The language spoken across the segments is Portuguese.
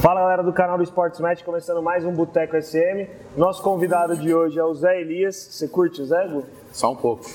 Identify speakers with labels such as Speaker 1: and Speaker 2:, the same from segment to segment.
Speaker 1: Fala galera do canal do Sports Match, começando mais um Boteco SM. Nosso convidado de hoje é o Zé Elias. Você curte o Zé, Gu?
Speaker 2: Só um pouco.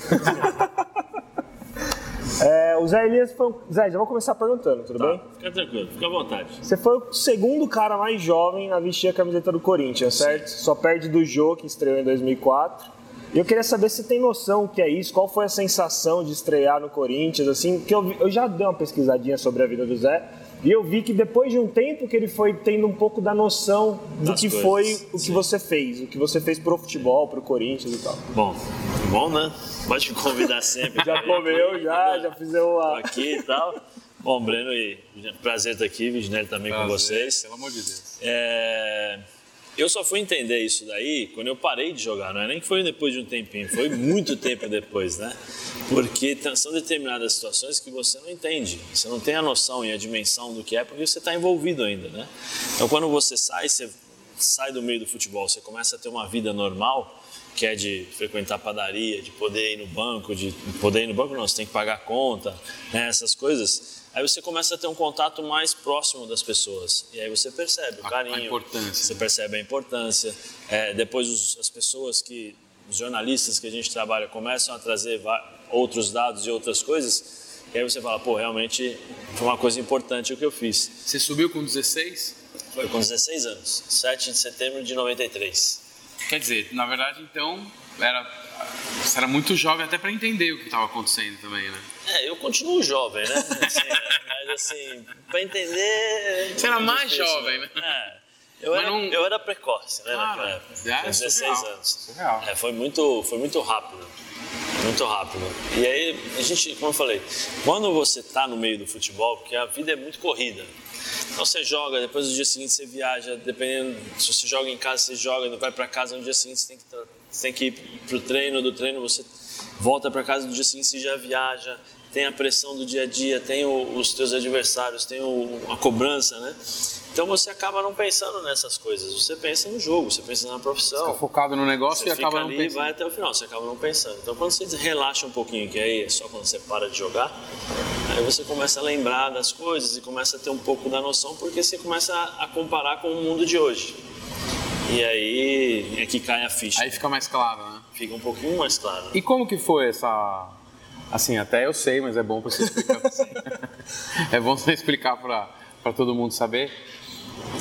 Speaker 1: É, o Zé Elias foi. um- Zé, já vou começar perguntando, tudo bem?
Speaker 3: Fica tranquilo, fica à vontade.
Speaker 1: Você foi o segundo cara mais jovem a vestir a camiseta do Corinthians, certo? Só perde do Jô, que estreou em 2004. E eu queria saber se você tem noção o que é isso, qual foi a sensação de estrear no Corinthians, assim, que eu, vi- eu já dei uma pesquisadinha sobre a vida do Zé, e eu vi que depois de um tempo que ele foi tendo um pouco da noção do
Speaker 3: Das
Speaker 1: que
Speaker 3: coisas,
Speaker 1: foi o que
Speaker 3: sim.
Speaker 1: você fez, o que você fez pro futebol, pro Corinthians e tal.
Speaker 3: Bom, bom, né? Pode me convidar sempre.
Speaker 1: Já comeu, já, já fizemos
Speaker 3: Tô
Speaker 1: a...
Speaker 3: aqui e tal. Bom, Breno e prazer estar aqui, Viginelli também com vocês.
Speaker 2: Pelo amor de Deus.
Speaker 3: É, Eu só fui entender isso daí quando eu parei de jogar, não é nem que foi depois de um tempinho, foi muito tempo depois, né? Porque t- são determinadas situações que você não entende, você não tem a noção e a dimensão do que é porque você está envolvido ainda, né? Então quando você sai, você sai do meio do futebol, você começa a ter uma vida normal, que é de frequentar padaria, de poder ir no banco, de poder ir no banco não, você tem que pagar a conta, né? essas coisas. Aí você começa a ter um contato mais próximo das pessoas. E aí você percebe o
Speaker 2: A- a
Speaker 3: carinho.
Speaker 2: importância,
Speaker 3: Você
Speaker 2: né?
Speaker 3: percebe a importância. É, depois os- as pessoas que, os jornalistas que a gente trabalha começam a trazer va- outros dados e outras coisas. E aí você fala, pô, realmente foi uma coisa importante o que eu fiz.
Speaker 2: Você subiu com 16?
Speaker 3: Foi com 16 anos, 7 de setembro de 93.
Speaker 2: Quer dizer, na verdade, então, era, você era muito jovem até pra entender o que estava acontecendo também, né?
Speaker 3: É, eu continuo jovem, né? Assim, é, mas assim, pra entender. é
Speaker 2: Você era
Speaker 3: muito
Speaker 2: mais jovem, né?
Speaker 3: É. Eu
Speaker 2: Mas
Speaker 3: era,
Speaker 2: não-
Speaker 3: eu era precoce, né?
Speaker 2: Ah,
Speaker 3: naquela época.
Speaker 2: já é
Speaker 3: Com 16
Speaker 2: surreal,
Speaker 3: anos.
Speaker 2: surreal.
Speaker 3: É, foi muito, foi muito rápido. Muito rápido. E aí, a gente, como eu falei, quando você tá no meio do futebol, porque a vida é muito corrida. Então você joga, depois no dia seguinte você viaja, dependendo, se você joga em casa, você joga, vai para casa, no dia seguinte você tem que, tra- você tem que ir pro treino, do treino você volta para casa, no dia seguinte você já viaja, tem a pressão do dia a dia, tem o- os teus adversários, tem o- a cobrança, né? Então você acaba não pensando nessas coisas, você pensa no jogo, você pensa na profissão.
Speaker 2: Fica focado no negócio
Speaker 3: Você
Speaker 2: e
Speaker 3: fica
Speaker 2: acaba não
Speaker 3: ali e
Speaker 2: pensando.
Speaker 3: vai até o final, você acaba não pensando. Então quando você relaxa um pouquinho, que aí é só quando você para de jogar, aí você começa a lembrar das coisas e começa a ter um pouco da noção, porque você começa a, a comparar com o mundo de hoje. E aí é que cai a ficha.
Speaker 2: Aí fica mais claro, né?
Speaker 3: Fica um pouquinho mais claro.
Speaker 2: E como que foi essa... Assim, até eu sei, mas é bom pra você explicar. pra você. é bom você explicar pra, pra todo mundo saber.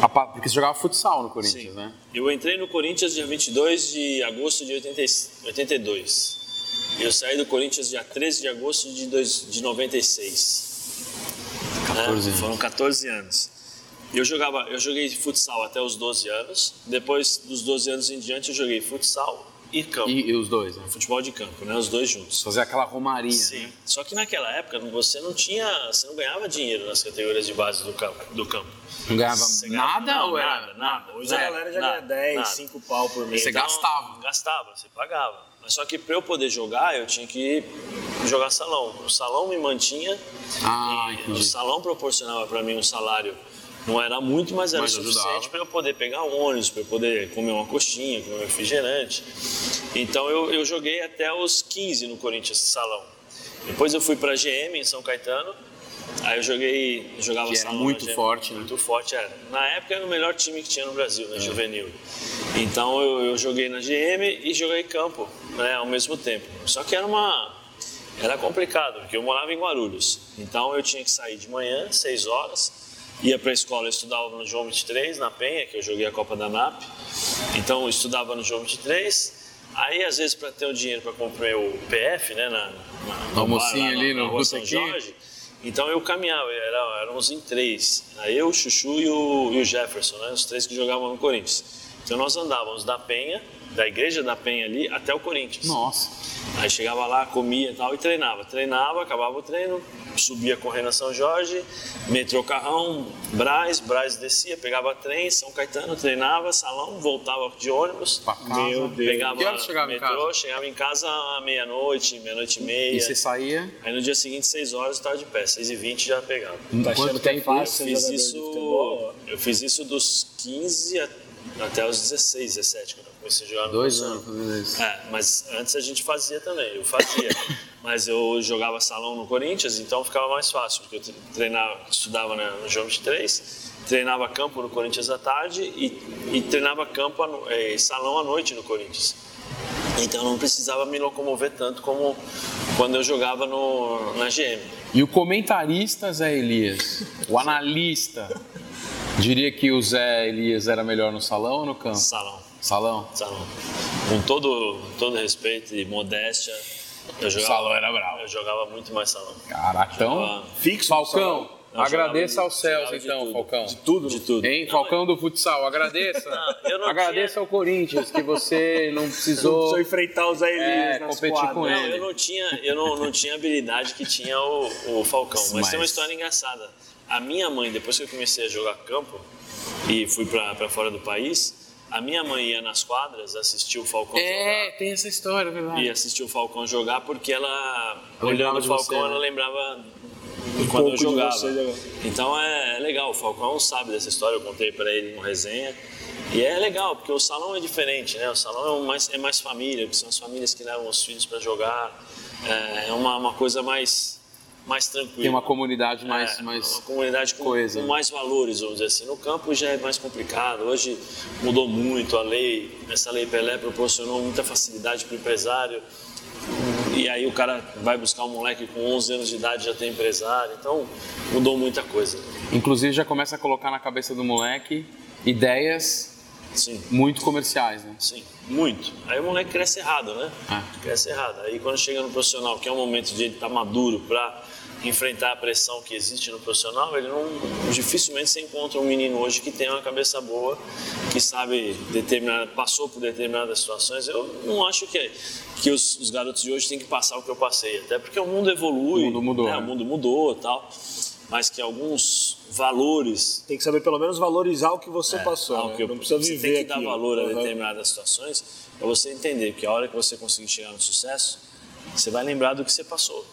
Speaker 2: A pa- Porque você jogava futsal no Corinthians, né?
Speaker 3: Eu entrei no Corinthians dia 22 de agosto de 80, e- 82. Eu saí do Corinthians dia 13 de agosto de, dois, de 96. né?
Speaker 2: 14 anos.
Speaker 3: Foram 14 anos. Eu jogava, eu joguei futsal até os 12 anos. Depois dos 12 anos em diante, eu joguei futsal e campo.
Speaker 2: E, e os dois, né?
Speaker 3: Futebol de campo, né? Os dois juntos.
Speaker 2: Fazer aquela romaria. né?
Speaker 3: Sim. Só que naquela época você não tinha, você não ganhava dinheiro nas categorias de base do campo. Do campo.
Speaker 2: Não ganhava
Speaker 3: Você ganhava-
Speaker 2: nada
Speaker 3: não,
Speaker 2: ou era...
Speaker 3: nada, nada. Hoje
Speaker 1: A galera já ganha 10, 5 pau por mês.
Speaker 2: Você gastava.
Speaker 3: Então, Gastava, você pagava. Mas só que para eu poder jogar, eu tinha que jogar salão. O salão me mantinha.
Speaker 2: Ah,
Speaker 3: e
Speaker 2: entendi.
Speaker 3: o salão proporcionava para mim um salário. Não era muito, mas era
Speaker 2: Mas ajudava.
Speaker 3: suficiente para eu poder pegar um ônibus, para eu poder comer uma coxinha, comer um refrigerante. Então eu, eu joguei até os 15 no Corinthians salão. Depois eu fui para a GM em São Caetano. Aí eu joguei, jogava
Speaker 2: Que era
Speaker 3: salão na
Speaker 2: muito
Speaker 3: GM,
Speaker 2: forte, né?
Speaker 3: muito forte. Era. Na época era o melhor time que tinha no Brasil, né, juvenil. Então eu, eu joguei na GM e joguei campo, né, ao mesmo tempo. Só que era uma era complicado, porque eu morava em Guarulhos. Então eu tinha que sair de manhã, 6 horas, ia para a escola, eu estudava no João 23, na Penha, que eu joguei a Copa da NAP. Então eu estudava no João 23. Aí, às vezes, para ter o dinheiro para comprar o PF, né, na, na, no
Speaker 2: Almocinho
Speaker 3: bar, lá
Speaker 2: ali
Speaker 3: na-
Speaker 2: no
Speaker 3: na rua São
Speaker 2: botequinho.
Speaker 3: Jorge, Jorge. Então eu caminhava, era, éramos em três. Era Eu, o Chuchu e o, e o Jefferson, né? Os três que jogavam no Corinthians. Então nós andávamos da Penha, da igreja da Penha ali, até o Corinthians.
Speaker 2: Nossa.
Speaker 3: Aí chegava lá, comia e tal e treinava. Treinava, acabava o treino, subia correndo a São Jorge, metrô Carrão, Braz, Braz descia, pegava trem, São Caetano, treinava, salão, voltava de ônibus.
Speaker 2: Pra casa.
Speaker 1: Meu Deus.
Speaker 3: Pegava
Speaker 2: Que horas chegava em
Speaker 3: metrô,
Speaker 2: casa?
Speaker 3: chegava em casa à meia-noite, meia-noite e meia.
Speaker 2: E você saía...
Speaker 3: Aí no dia seguinte, 6 horas, eu tava de pé. 6 e 20 já pegava.
Speaker 1: Tá achando
Speaker 2: Quanto
Speaker 1: que é
Speaker 2: tempo
Speaker 1: fácil?
Speaker 3: Eu
Speaker 1: Você é jogador
Speaker 3: fiz
Speaker 1: de
Speaker 3: Hum, isso.
Speaker 1: futebol?
Speaker 3: Eu fiz isso dos 15 a- até os 16, 17, quando eu comecei a jogar no
Speaker 2: Dois
Speaker 3: profissional.
Speaker 2: anos fazendo isso.
Speaker 3: É, mas antes a gente fazia também, eu fazia. mas eu jogava salão no Corinthians, então ficava mais fácil, porque eu treinava, estudava na, no João 23, treinava campo no Corinthians à tarde e, e treinava campo à no- eh, salão à noite no Corinthians. Então eu não precisava me locomover tanto como quando eu jogava no, na GM.
Speaker 2: E o comentarista Zé Elias, o analista, diria que o Zé Elias era melhor no salão ou no campo?
Speaker 3: Salão.
Speaker 2: Salão?
Speaker 3: Salão. Com todo, todo respeito e modéstia, eu jogava,
Speaker 2: salão era bravo.
Speaker 3: Eu jogava muito mais salão. Ah,
Speaker 2: Caraca, então,
Speaker 3: Jogava-
Speaker 1: Fixo.
Speaker 2: Falcão,
Speaker 3: Não, é
Speaker 2: agradeça
Speaker 3: jogava
Speaker 2: aos
Speaker 3: de-
Speaker 2: céus
Speaker 3: jogava de
Speaker 2: então,
Speaker 3: é tudo.
Speaker 2: Falcão.
Speaker 3: De tudo? De tudo.
Speaker 2: Hein, Falcão do futsal, agradeça.
Speaker 3: Não, Ah, eu não
Speaker 2: agradeça
Speaker 3: tinha-
Speaker 2: ao Corinthians que você não
Speaker 1: Não
Speaker 2: precisou.
Speaker 1: precisou enfrentar os Elias
Speaker 2: É,
Speaker 1: nas
Speaker 2: competir
Speaker 1: quadras.
Speaker 2: com ele.
Speaker 3: Não, eu não tinha, eu não, não tinha a habilidade que tinha o, o Falcão, mas,
Speaker 2: Mas-
Speaker 3: tem uma história engraçada. A minha mãe, depois que eu comecei a jogar campo e fui para fora do país, a minha mãe ia nas quadras assistir o Falcão
Speaker 2: É, tem essa história, é
Speaker 3: jogar
Speaker 2: verdade.
Speaker 3: e assistir o Falcão jogar porque ela,
Speaker 2: Ela lembrava
Speaker 3: olhando o
Speaker 2: de
Speaker 3: Falcão,
Speaker 2: você, né?
Speaker 3: ela lembrava
Speaker 1: Um
Speaker 3: quando
Speaker 1: pouco
Speaker 3: eu
Speaker 1: de
Speaker 3: jogava.
Speaker 1: você jogando.
Speaker 3: Então é, é legal, o Falcão sabe dessa história, eu contei pra ele no resenha. E é legal, porque o salão é diferente, né? O salão é, um mais, é mais família, porque são as famílias que levam os filhos pra jogar. É, é uma, uma coisa mais, mais tranquila.
Speaker 2: Tem uma comunidade mais.
Speaker 3: É,
Speaker 2: mais...
Speaker 3: uma comunidade com,
Speaker 2: coisa,
Speaker 3: com
Speaker 2: né?
Speaker 3: mais valores, vamos dizer assim. No campo já é mais complicado. Hoje mudou muito a lei. Essa lei Pelé proporcionou muita facilidade para o empresário. E aí o cara vai buscar um moleque com 11 anos de idade já tem empresário. Então mudou muita coisa.
Speaker 2: Inclusive já começa a colocar na cabeça do moleque ideias
Speaker 3: Sim,
Speaker 2: muito comerciais, né?
Speaker 3: sim, muito. Aí o moleque cresce errado, né?
Speaker 2: É.
Speaker 3: Cresce errado. Aí quando chega no profissional, que é o momento de ele estar maduro para enfrentar a pressão que existe no profissional, ele não dificilmente se encontra um menino hoje que tem uma cabeça boa, que sabe determinada, passou por determinadas situações. Eu não acho que é, que os, os garotos de hoje têm que passar o que eu passei, até porque o mundo evolui,
Speaker 2: O mundo mudou,
Speaker 3: né?
Speaker 2: né?
Speaker 3: o mundo mudou, e tal, mas que alguns valores
Speaker 1: Tem que saber pelo menos valorizar o que você passou.
Speaker 3: ao
Speaker 1: né?
Speaker 3: É, que eu-
Speaker 1: não precisa
Speaker 3: você
Speaker 1: viver
Speaker 3: tem que dar
Speaker 1: aquilo.
Speaker 3: valor a
Speaker 1: Uhum.
Speaker 3: determinadas situações para você entender que a hora que você conseguir chegar no sucesso, você vai lembrar do que você passou.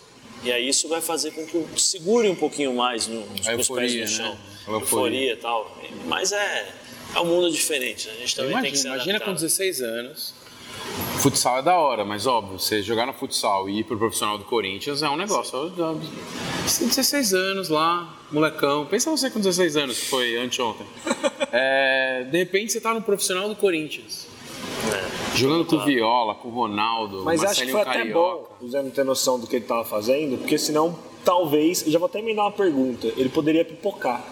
Speaker 3: E aí isso vai fazer com que segure um pouquinho mais no, nos
Speaker 2: A
Speaker 3: com os pés
Speaker 2: euforia,
Speaker 3: no
Speaker 2: né?
Speaker 3: chão.
Speaker 2: A euforia.
Speaker 3: Euforia e tal. Mas é, é um mundo diferente. né? A gente também tem que se
Speaker 2: Imagina, imagina
Speaker 3: adaptar.
Speaker 2: com 16 anos. Futsal é da hora, mas óbvio, você jogar no futsal e ir pro profissional do Corinthians é um negócio. Você tem 16 anos lá, molecão. Pensa você com 16 anos, que foi anteontem. É, de repente você tá no profissional do Corinthians.
Speaker 3: É.
Speaker 2: Jogando com o Viola, com o Ronaldo,
Speaker 3: Um
Speaker 1: Mas acho que
Speaker 2: Marcelinho
Speaker 1: foi até bom
Speaker 2: Carioca.
Speaker 1: o Zé não ter noção do que ele estava fazendo, porque senão, talvez, eu já vou até me dar uma pergunta, ele poderia pipocar.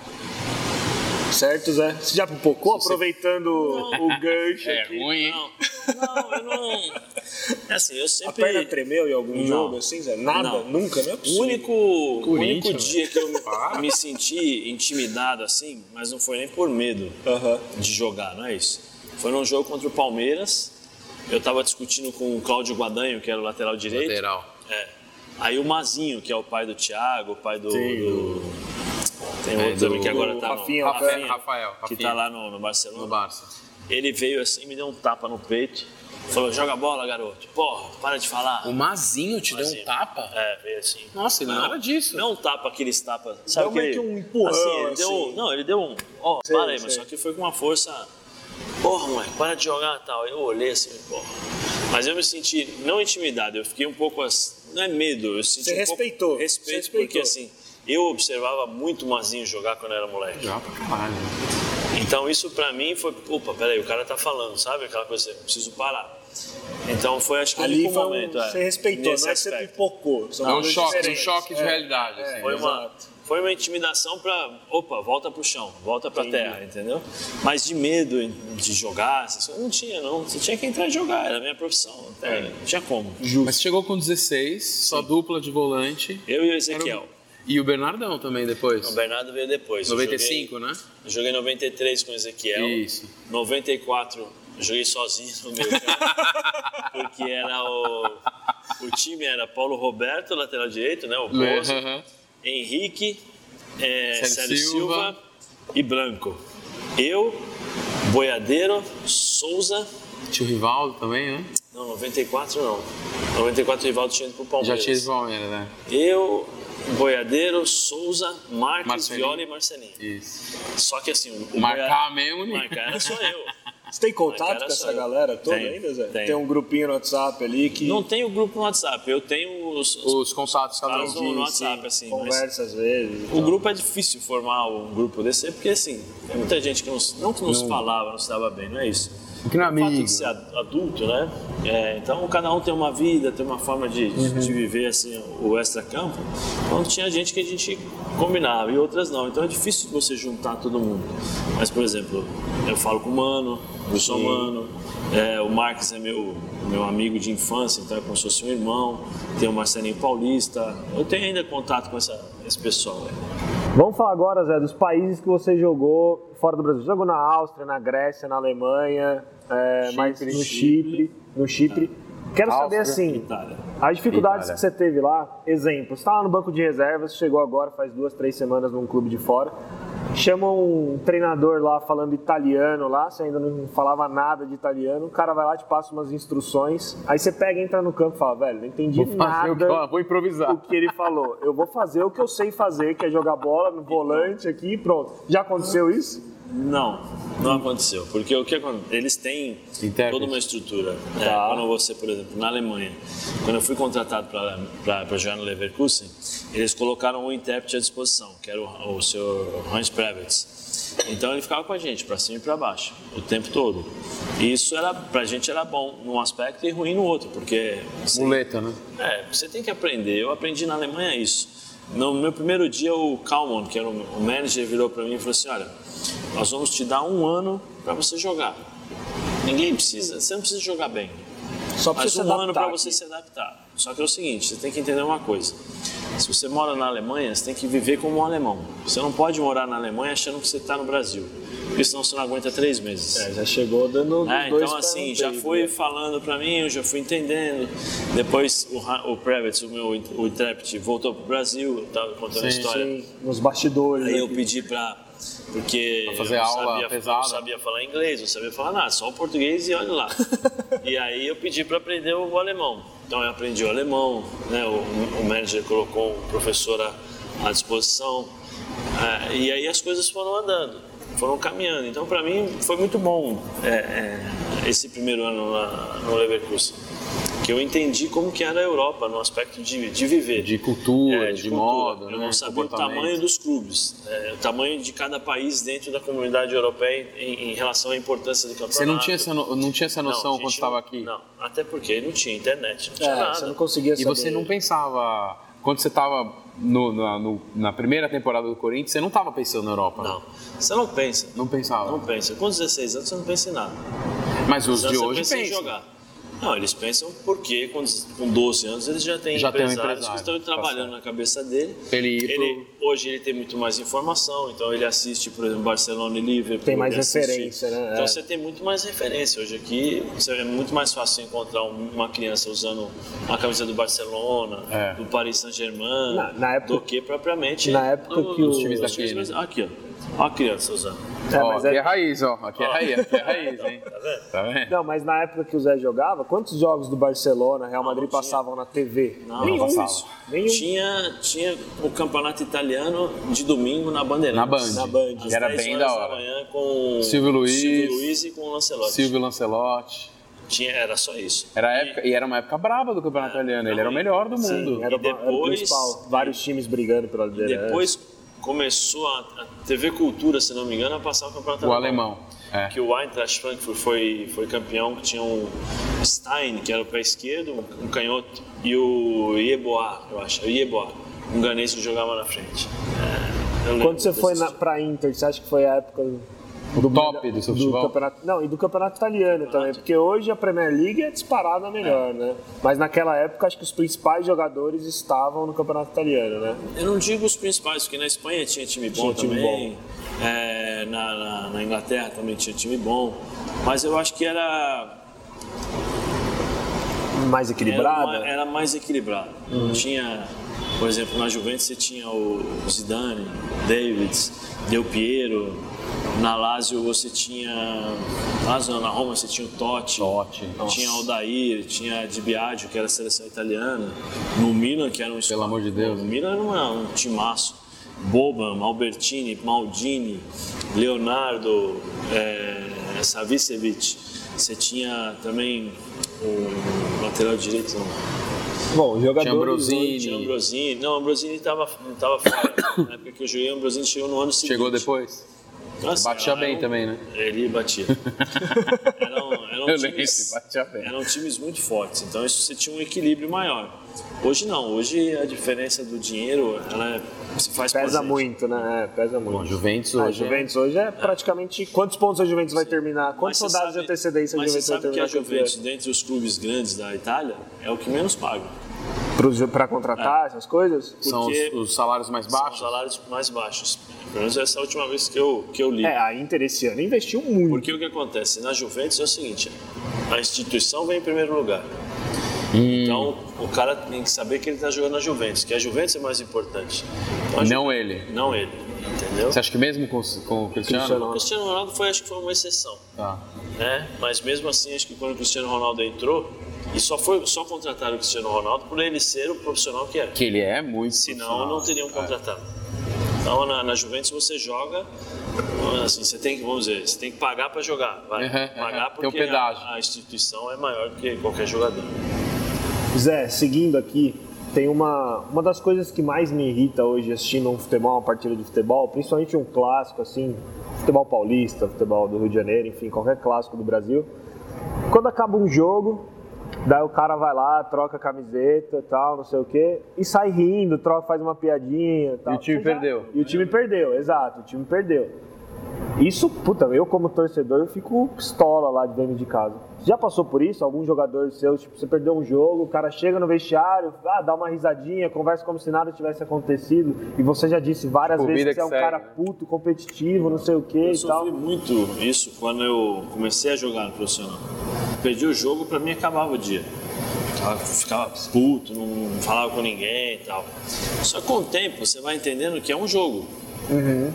Speaker 1: Certo, Zé? Você já pipocou aproveitando o gancho
Speaker 2: É
Speaker 1: aqui?
Speaker 2: ruim, hein?
Speaker 3: Não, não, eu não. É Assim, eu
Speaker 1: A
Speaker 3: sempre.
Speaker 1: perna tremeu em algum
Speaker 3: Não.
Speaker 1: jogo assim, Zé? Nada?
Speaker 3: Não.
Speaker 1: Nunca? Não é
Speaker 3: O
Speaker 1: possível.
Speaker 3: único, o único
Speaker 2: Corinthians, né?
Speaker 3: dia que eu me-
Speaker 2: Para.
Speaker 3: me senti intimidado assim, mas não foi nem por medo
Speaker 1: Aham.
Speaker 3: de jogar, não é isso? Foi num jogo contra o Palmeiras. Eu tava discutindo com o Cláudio Guadanho, que era o lateral direito.
Speaker 2: Lateral.
Speaker 3: É. Aí o Mazinho, que é o pai do Thiago, o pai do.
Speaker 1: Sim,
Speaker 3: do- Tem outro
Speaker 2: É, do-
Speaker 3: também que agora tá no-
Speaker 1: Rafinha,
Speaker 2: Rafael, Rafael,
Speaker 3: que
Speaker 2: Rafinha,
Speaker 3: tá lá no, no Barcelona.
Speaker 2: no Barça.
Speaker 3: Ele veio assim, me deu um tapa no peito. Falou, joga bola, garoto. Porra, para de falar.
Speaker 2: O Mazinho te deu
Speaker 3: Mazinho.
Speaker 2: um tapa?
Speaker 3: É, veio assim.
Speaker 2: Nossa, ele não era disso.
Speaker 3: Não um tapa aqueles tapas. Sabe
Speaker 1: Deu meio
Speaker 3: aquele-
Speaker 1: que um empurrão,
Speaker 3: ele deu,
Speaker 1: assim.
Speaker 3: Não, ele deu um. Ó, para aí, mas
Speaker 1: sei.
Speaker 3: só que foi com uma força. Porra, moleque, para de jogar e tal. Eu olhei assim, porra. Mas eu me senti não intimidado, eu fiquei um pouco. ass- Não é medo, eu senti.
Speaker 1: Você
Speaker 3: um pouco
Speaker 1: respeitou, você
Speaker 3: Respeito,
Speaker 1: respeitou.
Speaker 3: porque assim, eu observava muito o Mazinho jogar quando eu era moleque.
Speaker 2: Já pra caralho. né?
Speaker 3: Então isso pra mim foi, opa, peraí, o cara tá falando, sabe? Aquela coisa, eu preciso parar. Então foi acho que o
Speaker 1: Ali
Speaker 3: único
Speaker 1: foi um-
Speaker 3: momento. é,
Speaker 1: você respeitou,
Speaker 3: nesse
Speaker 1: não é que você
Speaker 3: aspecto.
Speaker 1: pipocou. São
Speaker 2: É um
Speaker 1: coisas
Speaker 2: choque, um
Speaker 1: diferentes.
Speaker 2: choque de
Speaker 1: É.
Speaker 2: realidade. assim.
Speaker 3: Foi uma,
Speaker 1: Exato.
Speaker 3: foi uma intimidação pra. opa, volta pro chão, volta pra
Speaker 1: Entendi.
Speaker 3: terra, entendeu? Mas de medo de jogar, essas coisas, não tinha, não. Você tinha que entrar e jogar, era a minha profissão. até- Não tinha como.
Speaker 2: Mas chegou com 16, só dupla de volante. Era
Speaker 3: Eu e o
Speaker 2: um- o-
Speaker 3: Ezequiel.
Speaker 2: E o Bernardão também depois.
Speaker 3: O Bernardo veio depois. Eu
Speaker 2: 95, né?
Speaker 3: Joguei, eu joguei 93 com o Ezequiel.
Speaker 2: Isso.
Speaker 3: 94 eu joguei sozinho no meio campo, porque era o. O time era Paulo Roberto, lateral direito, né? O Bozo.
Speaker 2: Aham.
Speaker 3: Henrique, é,
Speaker 2: Célio
Speaker 3: Célio Silva,
Speaker 2: Silva
Speaker 3: e Branco. Eu, Boiadeiro, Souza.
Speaker 2: Tinha o Rivaldo também, né?
Speaker 3: Não, 94 não. 94 o Rivaldo tinha ido pro
Speaker 2: Já
Speaker 3: Palmeiras.
Speaker 2: tinha o Palmeiras, né?
Speaker 3: Eu, Boiadeiro, Souza, Marcos,
Speaker 2: Marcelinho.
Speaker 3: Viola e Marcelinho.
Speaker 2: Isso.
Speaker 3: Só que assim, o
Speaker 2: Marcar
Speaker 3: Boia-
Speaker 2: mesmo, né?
Speaker 3: Marcar era só eu.
Speaker 1: Você tem contato
Speaker 3: Ah, Cara,
Speaker 1: com essa
Speaker 3: só eu.
Speaker 1: galera toda
Speaker 3: Tenho,
Speaker 1: ainda, Zé?
Speaker 3: tenho.
Speaker 1: Tem um grupinho no WhatsApp ali que
Speaker 3: Não tenho grupo no WhatsApp, eu tenho os, os
Speaker 2: Os contatos cada
Speaker 3: caras
Speaker 2: um.
Speaker 3: no
Speaker 1: Sim,
Speaker 3: WhatsApp,
Speaker 1: sim,
Speaker 3: assim. mas-
Speaker 1: conversa às vezes. e
Speaker 3: O
Speaker 1: tal.
Speaker 3: grupo é difícil formar um grupo desse, porque assim, tem muita gente que não, se- não que não se falava, não se dava bem, não um é isso.
Speaker 2: Que não é
Speaker 3: O fato
Speaker 2: amigo.
Speaker 3: de ser ad- adulto, né? É, então cada um tem uma vida, tem uma forma de, de- de viver assim o extra-campo. Então tinha gente que a gente combinava e outras não. Então é difícil você juntar todo mundo. Mas, por exemplo, eu falo com o Mano, eu sou Mano, é, o Marx é meu, meu amigo de infância, então é como se fosse um irmão. Tem o Marcelinho Paulista. Eu tenho ainda contato com essa, esse pessoal. né?
Speaker 1: Vamos falar agora, Zé, dos países que você jogou fora do Brasil. Você Jogou na Áustria, na Grécia, na Alemanha, é, mas no Chipre. No Chipre.
Speaker 3: Tá.
Speaker 1: Quero saber
Speaker 2: Áustria,
Speaker 1: assim,
Speaker 3: Itália.
Speaker 1: as dificuldades
Speaker 2: Itália.
Speaker 1: que você teve lá. Exemplo, você estava no banco de reservas, chegou agora, faz duas, três semanas num clube de fora. Chama um treinador lá falando italiano lá, você ainda não falava nada de italiano. O cara vai lá, te passa umas instruções. Aí você pega, entra no campo e fala, velho, não entendi
Speaker 2: Fazer o que
Speaker 1: nada
Speaker 2: eu- Vou improvisar.
Speaker 1: o que ele falou. Eu vou fazer o que eu sei fazer, que é jogar bola no volante aqui e pronto. Já aconteceu isso?
Speaker 3: Não, não aconteceu. Porque o que acon- eles têm
Speaker 2: Intérprete.
Speaker 3: toda uma estrutura. É, quando você, por exemplo, na Alemanha, quando eu fui contratado para jogar no Leverkusen, eles colocaram um intérprete à disposição, que era o, o senhor Hans Prevets. Então ele ficava com a gente, para cima e para baixo, o tempo todo. E isso era, para a gente era bom num aspecto e ruim no outro, porque assim,
Speaker 2: Muleta, né?
Speaker 3: é, você tem que aprender. Eu aprendi na Alemanha isso. No meu primeiro dia, o Kalman, que era o o manager, virou para mim e falou assim: Olha, nós vamos te dar um ano para você jogar. Ninguém precisa, você não precisa jogar bem.
Speaker 1: Só
Speaker 3: Mas
Speaker 1: precisa
Speaker 3: um
Speaker 1: se
Speaker 3: ano
Speaker 1: adaptar.
Speaker 3: para você se adaptar. Só que é o seguinte: você tem que entender uma coisa. Se você mora na Alemanha, você tem que viver como um alemão. Você não pode morar na Alemanha achando que você está no Brasil, porque senão você não aguenta três meses.
Speaker 1: É, já chegou dando
Speaker 3: É,
Speaker 1: dois
Speaker 3: então assim,
Speaker 1: ponteiros,
Speaker 3: já foi
Speaker 1: né?
Speaker 3: falando pra mim, eu já fui entendendo. Depois o, Ra- o Prevets, o meu in- o intérprete, voltou pro Brasil, eu tava contando a
Speaker 2: Sim,
Speaker 3: história.
Speaker 1: Sim, nos bastidores.
Speaker 3: Aí
Speaker 1: né?
Speaker 3: eu pedi pra. Porque
Speaker 2: Pra fazer
Speaker 3: eu não
Speaker 2: aula
Speaker 3: sabia, eu
Speaker 2: pesada.
Speaker 3: não sabia falar inglês, não sabia falar nada, só o português e olha lá. e aí eu pedi pra aprender o alemão. Então eu aprendi o alemão, né? o, o manager colocou um professor à, à disposição. Ah, e aí as coisas foram andando, foram caminhando. Então pra mim foi muito bom é, é, esse primeiro ano lá no Leverkusen. Que eu entendi como que era a Europa no aspecto de, de viver.
Speaker 2: De cultura,
Speaker 3: É,
Speaker 2: de,
Speaker 3: cultura.
Speaker 2: moda,
Speaker 3: Eu
Speaker 2: né?
Speaker 3: não sabia o
Speaker 2: Comportamento.
Speaker 3: tamanho dos clubes, é, o tamanho de cada país dentro da comunidade europeia em, em relação à importância do campeonato.
Speaker 2: Você não tinha essa, no- não tinha essa
Speaker 3: Não,
Speaker 2: noção
Speaker 3: a gente
Speaker 2: quando estava aqui?
Speaker 3: Não, até porque não tinha internet, não tinha
Speaker 1: É,
Speaker 3: nada.
Speaker 1: você não conseguia
Speaker 2: E
Speaker 1: saber.
Speaker 2: você não pensava. Quando você estava na, no- na primeira temporada do Corinthians, você não estava pensando na Europa? né?
Speaker 3: Não, você não pensa,
Speaker 2: Não pensava.
Speaker 3: não pensa. Com 16 anos você não pensa em nada.
Speaker 2: Mas os
Speaker 3: Senão
Speaker 2: de
Speaker 3: você
Speaker 2: hoje
Speaker 3: pensa em
Speaker 2: pensam.
Speaker 3: jogar. Não, eles pensam porque com, com 12 anos eles já têm
Speaker 2: Já tem um
Speaker 3: empresários
Speaker 2: empresário,
Speaker 3: que estão
Speaker 2: tá
Speaker 3: trabalhando na cabeça dele.
Speaker 2: Ele ir
Speaker 3: Hoje ele tem muito mais informação, então ele assiste, por exemplo, Barcelona e Liverpool.
Speaker 1: Tem mais
Speaker 3: ele assiste-
Speaker 1: referência, né?
Speaker 3: Então
Speaker 1: É.
Speaker 3: você tem muito mais referência. Hoje aqui você- é muito mais fácil encontrar um- uma criança usando uma camisa do Barcelona,
Speaker 2: É.
Speaker 3: do Paris Saint-Germain,
Speaker 1: Na- na época-
Speaker 3: do que propriamente...
Speaker 1: na época
Speaker 3: do-
Speaker 1: que
Speaker 3: dos
Speaker 1: o-
Speaker 3: times
Speaker 2: os times
Speaker 3: daqui, né? Aqui, ó. Ó a criança usando.
Speaker 1: É,
Speaker 2: Ó,
Speaker 1: mas
Speaker 2: aqui é...
Speaker 1: é-
Speaker 2: raiz, ó. Aqui é
Speaker 3: Ó.
Speaker 2: raiz, aqui é raiz, hein?
Speaker 3: Tá vendo?
Speaker 2: Tá vendo?
Speaker 1: Não, mas na época que o Zé jogava, quantos jogos do Barcelona, Real
Speaker 3: Não,
Speaker 1: Madrid
Speaker 3: não tinha.
Speaker 1: passavam na TV?
Speaker 3: Não,
Speaker 1: Nenhum
Speaker 3: não
Speaker 2: passava.
Speaker 1: isso. Nenhum.
Speaker 3: Tinha, tinha o campeonato italiano de domingo na Bandeirantes.
Speaker 1: Na
Speaker 2: Na Band.
Speaker 1: Band.
Speaker 3: Às
Speaker 2: Era
Speaker 3: 10
Speaker 2: bem
Speaker 3: horas
Speaker 2: da hora.
Speaker 3: manhã com
Speaker 2: Silvio Luiz.
Speaker 3: Silvio Luiz e com o Lancelotti.
Speaker 2: Silvio Lancelotti.
Speaker 3: Tinha, era só isso.
Speaker 2: Era a
Speaker 3: E-
Speaker 2: época, e era uma época braba do campeonato italiano. Ele era o melhor do
Speaker 3: Sim, é.
Speaker 2: mundo.
Speaker 1: Era,
Speaker 3: E
Speaker 1: o- era o
Speaker 3: depois-
Speaker 1: principal. Vários times brigando pela liderança.
Speaker 3: Depois começou a, a TV Cultura, se não me engano, a passar o campeonato
Speaker 2: O alemão. É.
Speaker 3: Que o Eintracht Frankfurt foi, foi campeão, que tinha um Stein, que era o pé esquerdo, um, um canhoto, e o Yeboah, eu acho, o Yeboah, um ganês que jogava na frente. É, eu lembro
Speaker 1: Quando você
Speaker 3: desse
Speaker 1: foi na,
Speaker 3: time.
Speaker 1: pra Inter, você acha que foi a época do, do
Speaker 2: top
Speaker 1: melhor-
Speaker 2: do seu futebol?
Speaker 1: campeonato, não, e do campeonato italiano também, porque hoje a Premier League é disparada a melhor, né? Mas naquela época acho que os principais jogadores estavam no campeonato italiano, né?
Speaker 3: Eu não digo os principais, porque na Espanha tinha time bom
Speaker 1: Tinha time
Speaker 3: também, é, na, na- na Inglaterra também tinha time bom, mas eu acho que era,
Speaker 1: Mais
Speaker 3: era,
Speaker 1: equilibrada. Uhum.
Speaker 3: ma- era mais equilibrado. Tinha, por exemplo, na Juventus você tinha o Zidane, Davids, Del Piero, na Lazio você tinha, Lazio não, na Roma você tinha o Totti,
Speaker 2: Totti, nossa.
Speaker 3: tinha o Dair, tinha Di Biagio, que era a seleção italiana, no Milan que era um
Speaker 2: Pelo amor de Deus.
Speaker 3: o Milan era uma- um timaço. Boban, Albertini, Maldini, Leonardo, é, Savicevic. Você tinha também o lateral direito, não.
Speaker 1: Bom,
Speaker 2: Tinha
Speaker 1: jogador.
Speaker 2: Ambrosini.
Speaker 3: Tinha um Ambrosini. Não, Ambrosini estava tava fora. Na época que eu joguei, o Ambrosini chegou no ano seguinte.
Speaker 2: Chegou depois?
Speaker 3: Nossa,
Speaker 2: Batia
Speaker 3: era
Speaker 2: bem
Speaker 3: um-
Speaker 2: também, né?
Speaker 3: Ele batia. um, eram, eram
Speaker 2: Eu lembro,
Speaker 3: times,
Speaker 2: batia bem.
Speaker 3: eram times muito fortes, então isso você tinha um equilíbrio maior. Hoje não, hoje a diferença do dinheiro ela é- se faz
Speaker 1: Pesa
Speaker 3: presente.
Speaker 1: muito, né? É, pesa muito.
Speaker 2: Bom, Juventus
Speaker 1: Ah,
Speaker 2: hoje.
Speaker 1: Juventus hoje é praticamente. Quantos pontos a Juventus vai terminar?
Speaker 3: Mas
Speaker 1: Quantos
Speaker 3: você
Speaker 1: rodadas de
Speaker 3: sabe-
Speaker 1: antecedência a
Speaker 3: mas você
Speaker 1: Juventus vai
Speaker 3: sabe que a
Speaker 1: terminar?
Speaker 3: Juventus, dentre os clubes grandes da Itália, é o que menos paga.
Speaker 1: Para
Speaker 3: É.
Speaker 1: contratar essas coisas?
Speaker 2: São os,
Speaker 3: porque
Speaker 2: os salários mais
Speaker 3: São os
Speaker 2: baixos?
Speaker 3: salários mais baixos. Pelo menos essa é a última vez que eu, que eu li.
Speaker 1: É, a Inter esse ano investiu muito.
Speaker 3: Porque o que acontece? Na Juventus é o seguinte: a instituição vem em primeiro lugar. Então o cara tem que saber que ele está jogando na Juventus, que a Juventus é mais importante. Então, a Ju-
Speaker 2: Não ele.
Speaker 3: não ele, entendeu?
Speaker 2: Você acha que mesmo com, com o Cristiano?
Speaker 3: O Cristiano Ronaldo foi, acho que foi uma exceção,
Speaker 2: Tá.
Speaker 3: né? Mas mesmo assim, acho que quando o Cristiano Ronaldo entrou, e só foi só contrataram o Cristiano Ronaldo por ele ser o profissional que é.
Speaker 2: Que ele é muito.
Speaker 3: Senão não um teriam
Speaker 2: é.
Speaker 3: contratado. Então na, na Juventus você joga, assim, você tem que, vamos dizer, você tem que pagar para jogar. Vai.
Speaker 2: Uhum, uhum.
Speaker 3: pagar
Speaker 2: Tem um
Speaker 3: porque
Speaker 2: pedágio.
Speaker 3: a, a instituição é maior do que qualquer jogador.
Speaker 1: Zé, seguindo aqui, tem uma, uma das coisas que mais me irrita hoje assistindo um futebol, uma partida de futebol, principalmente um clássico assim, futebol paulista, futebol do Rio de Janeiro, enfim, qualquer clássico do Brasil. Quando acaba um jogo, daí o cara vai lá, troca a camiseta e tal, não sei o quê, e sai rindo, troca, faz uma piadinha e tal.
Speaker 2: E o time
Speaker 1: Você já-
Speaker 2: perdeu.
Speaker 1: E o time perdeu, exato, o time perdeu. Isso, puta, eu como torcedor eu fico pistola lá de dentro de casa. Já passou por isso? Algum jogador seu, tipo, você perdeu um jogo, o cara chega no vestiário, ah, dá uma risadinha, conversa como se nada tivesse acontecido, e você já disse várias
Speaker 2: Tipo,
Speaker 1: vezes
Speaker 2: vida
Speaker 1: que você é um
Speaker 2: que segue,
Speaker 1: cara
Speaker 2: né?
Speaker 1: puto, competitivo, não sei o que
Speaker 3: Eu
Speaker 1: e tal.
Speaker 3: sofri muito isso quando eu comecei a jogar no profissional. Perdi o jogo, para mim acabava o dia. Ficava- Ficava puto, não, não falava com ninguém e tal. Só que com o tempo você vai entendendo que é um jogo. Entendeu?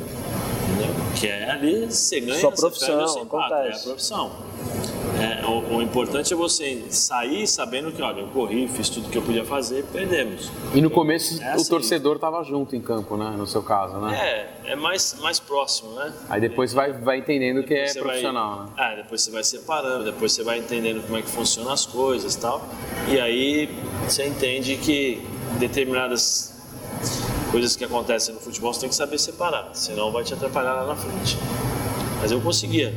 Speaker 3: Que é ali, você ganha,
Speaker 1: Sua
Speaker 3: você
Speaker 1: profissão,
Speaker 3: perde, você empata, é a
Speaker 1: acontece.
Speaker 3: profissão. É, o, o importante é você sair sabendo que, olha, eu corri, fiz tudo que eu podia fazer, perdemos.
Speaker 2: E no começo
Speaker 3: É assim.
Speaker 2: o torcedor tava junto em campo, né? No seu caso, né?
Speaker 3: É, é mais, mais próximo, né?
Speaker 2: Aí depois vai, vai entendendo que é
Speaker 3: Você vai-
Speaker 2: profissional, né?
Speaker 3: Ah, depois você vai separando, depois você vai entendendo como é que funcionam as coisas e tal. E aí você entende que determinadas coisas que acontecem no futebol você tem que saber separar, senão vai te atrapalhar lá na frente. Mas eu conseguia.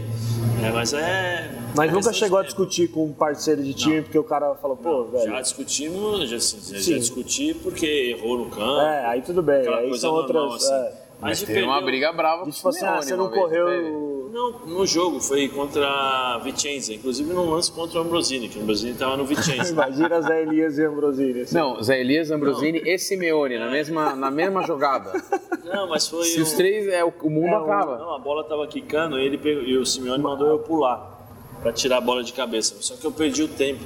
Speaker 3: É, mas é.
Speaker 1: Mas
Speaker 3: é
Speaker 1: nunca
Speaker 3: questão de
Speaker 1: chegou a
Speaker 3: tempo.
Speaker 1: discutir com um parceiro de time, porque o cara falou, pô, velho. é,
Speaker 3: Já discutimos, já, já, já
Speaker 1: Sim.
Speaker 3: discuti porque errou no campo.
Speaker 1: É, aí tudo bem,
Speaker 3: aquela
Speaker 1: aí
Speaker 3: coisa
Speaker 1: são outras.
Speaker 3: normal, assim.
Speaker 1: é.
Speaker 3: Mas, de
Speaker 2: Teve uma
Speaker 3: perder um o-
Speaker 2: briga brava com o
Speaker 1: Tipo assim, ah,
Speaker 2: Simeone
Speaker 1: você não
Speaker 2: uma vez, teve.
Speaker 1: correu.
Speaker 3: Não, no jogo foi contra Vicenza, inclusive num lance contra o Ambrosini, que o Ambrosini estava no Vicenza.
Speaker 1: Imagina Zé Elias e Ambrosini. assim.
Speaker 2: Não, Zé Elias, Ambrosini e Simeone na mesma, na mesma jogada.
Speaker 3: Não, mas foi.
Speaker 2: Se
Speaker 3: um-
Speaker 2: os três, é, o o mundo
Speaker 1: É, o-
Speaker 2: acaba.
Speaker 3: Não, a bola tava quicando e, ele pegou- e o Simeone mandou eu pular pra tirar a bola de cabeça. Só que eu perdi o tempo.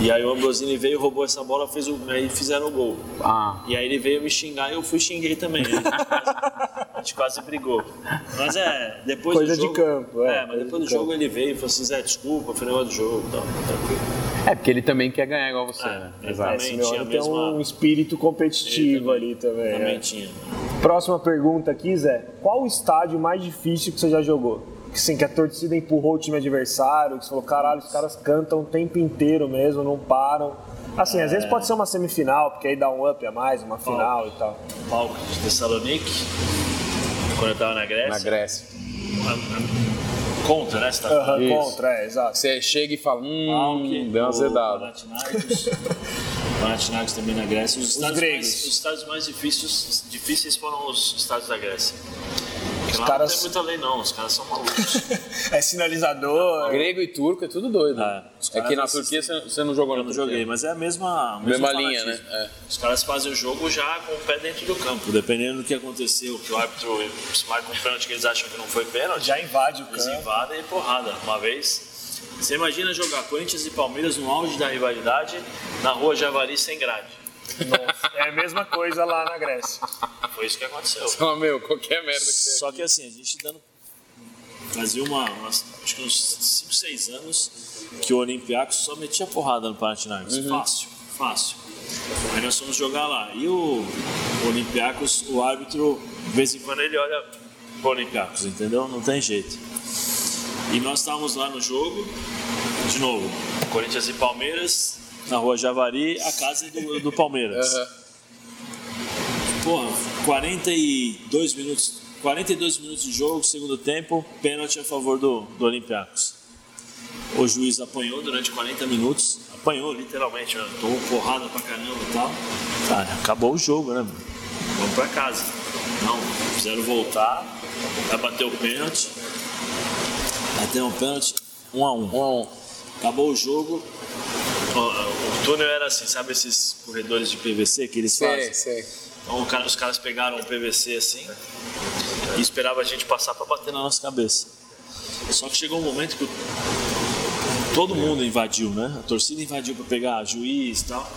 Speaker 3: E aí o Ambrosini veio, roubou essa bola, fez o... aí fizeram o gol.
Speaker 2: Ah,
Speaker 3: E aí ele veio me xingar e eu fui e xinguei também. A gente quase, a gente quase brigou. Mas é, depois
Speaker 1: Coisa
Speaker 3: do
Speaker 1: de
Speaker 3: jogo.
Speaker 1: campo, é,
Speaker 3: mas
Speaker 1: coisa
Speaker 3: depois do
Speaker 1: de
Speaker 3: jogo ele veio e falou assim, Zé, desculpa, foi negócio do jogo e tal. Tranquilo.
Speaker 2: é porque ele também quer ganhar igual você,
Speaker 3: É,
Speaker 2: né?
Speaker 3: ele
Speaker 1: É,
Speaker 2: Exato.
Speaker 3: também.
Speaker 1: Simeone
Speaker 3: tinha a
Speaker 1: tem
Speaker 3: mesma-
Speaker 1: um espírito competitivo ali também.
Speaker 3: Também
Speaker 1: é.
Speaker 3: tinha.
Speaker 1: Próxima pergunta aqui, Zé. Qual o estádio mais difícil que você já jogou? Que sim, que a torcida empurrou o time adversário, que você falou, caralho, os caras cantam o tempo inteiro mesmo, não param. Assim, às
Speaker 3: É.
Speaker 1: vezes pode ser uma semifinal, porque aí dá um up a mais, uma final e tal.
Speaker 3: palco de Thessaloniki, quando eu tava na Grécia.
Speaker 2: Na Grécia.
Speaker 3: A- a- Contra, né? Você tá falando.
Speaker 1: Aham,
Speaker 2: Isso.
Speaker 1: contra, é, exato.
Speaker 2: Você chega e fala, hum,
Speaker 3: Palco,
Speaker 2: deu uma
Speaker 3: o
Speaker 2: azedada.
Speaker 3: né? Panathinaikos. Panathinaikos também na Grécia. Os estados,
Speaker 1: gregos.
Speaker 3: mais, os estados mais difíceis, difíceis foram os estados da Grécia. Porque lá
Speaker 1: caras-
Speaker 3: não tem muita lei, não. Os caras são malucos.
Speaker 1: É sinalizador.
Speaker 2: Grego e turco é tudo doido.
Speaker 3: É, os
Speaker 2: É,
Speaker 3: caras
Speaker 2: que na
Speaker 3: assistem.
Speaker 2: Turquia você você não jogou
Speaker 3: Eu
Speaker 2: na
Speaker 3: não
Speaker 2: Turquia.
Speaker 3: joguei, mas é a mesma, o mesmo
Speaker 2: Mesma linha,
Speaker 3: fanatismo.
Speaker 2: né?
Speaker 3: Os caras fazem o jogo já com o pé dentro do campo. Dependendo do que aconteceu, que o árbitro se marca um pênalti que eles acham que não foi pênalti,
Speaker 1: Já invade o
Speaker 3: Eles
Speaker 1: campo.
Speaker 3: invadem e porrada. Uma vez, você imagina jogar Corinthians e Palmeiras no auge da rivalidade na rua Javari sem grade.
Speaker 1: Nossa, é a mesma coisa lá na Grécia.
Speaker 3: Foi isso que aconteceu.
Speaker 2: Fala, meu, qualquer merda que der.
Speaker 3: Só que assim, a gente dando. Fazia uma, umas- acho que uns 5, 6 anos que o Olympiacos só metia porrada no Panathinaikos.
Speaker 2: Uhum.
Speaker 3: Fácil, fácil. Aí nós fomos jogar lá. E o Olympiacos, o árbitro De vez em quando ele olha Policarpos, entendeu? Não tem jeito. E nós estávamos lá no jogo, de novo, Corinthians e Palmeiras, na rua Javari, a casa do, do Palmeiras. Porra, 42 minutos, 42 minutos de jogo, segundo tempo, pênalti a favor do, do Olympiacos. O juiz apanhou durante 40 minutos, apanhou literalmente, né? tomou porrada pra caramba e tal. Cara, acabou o jogo, né? mano? Vamos pra casa. Não, fizeram voltar, vai bater o pênalti. Bateu um pênalti, um a um.
Speaker 2: Um a um.
Speaker 3: Acabou o jogo. O, o túnel era assim, sabe esses corredores de PVC que eles fazem?
Speaker 2: Sei, sei.
Speaker 3: Então o cara- os caras pegaram o PVC assim e esperava a gente passar para bater na nossa cabeça. Só que chegou um momento que o- todo mundo invadiu, né? A torcida invadiu para pegar juiz e tal.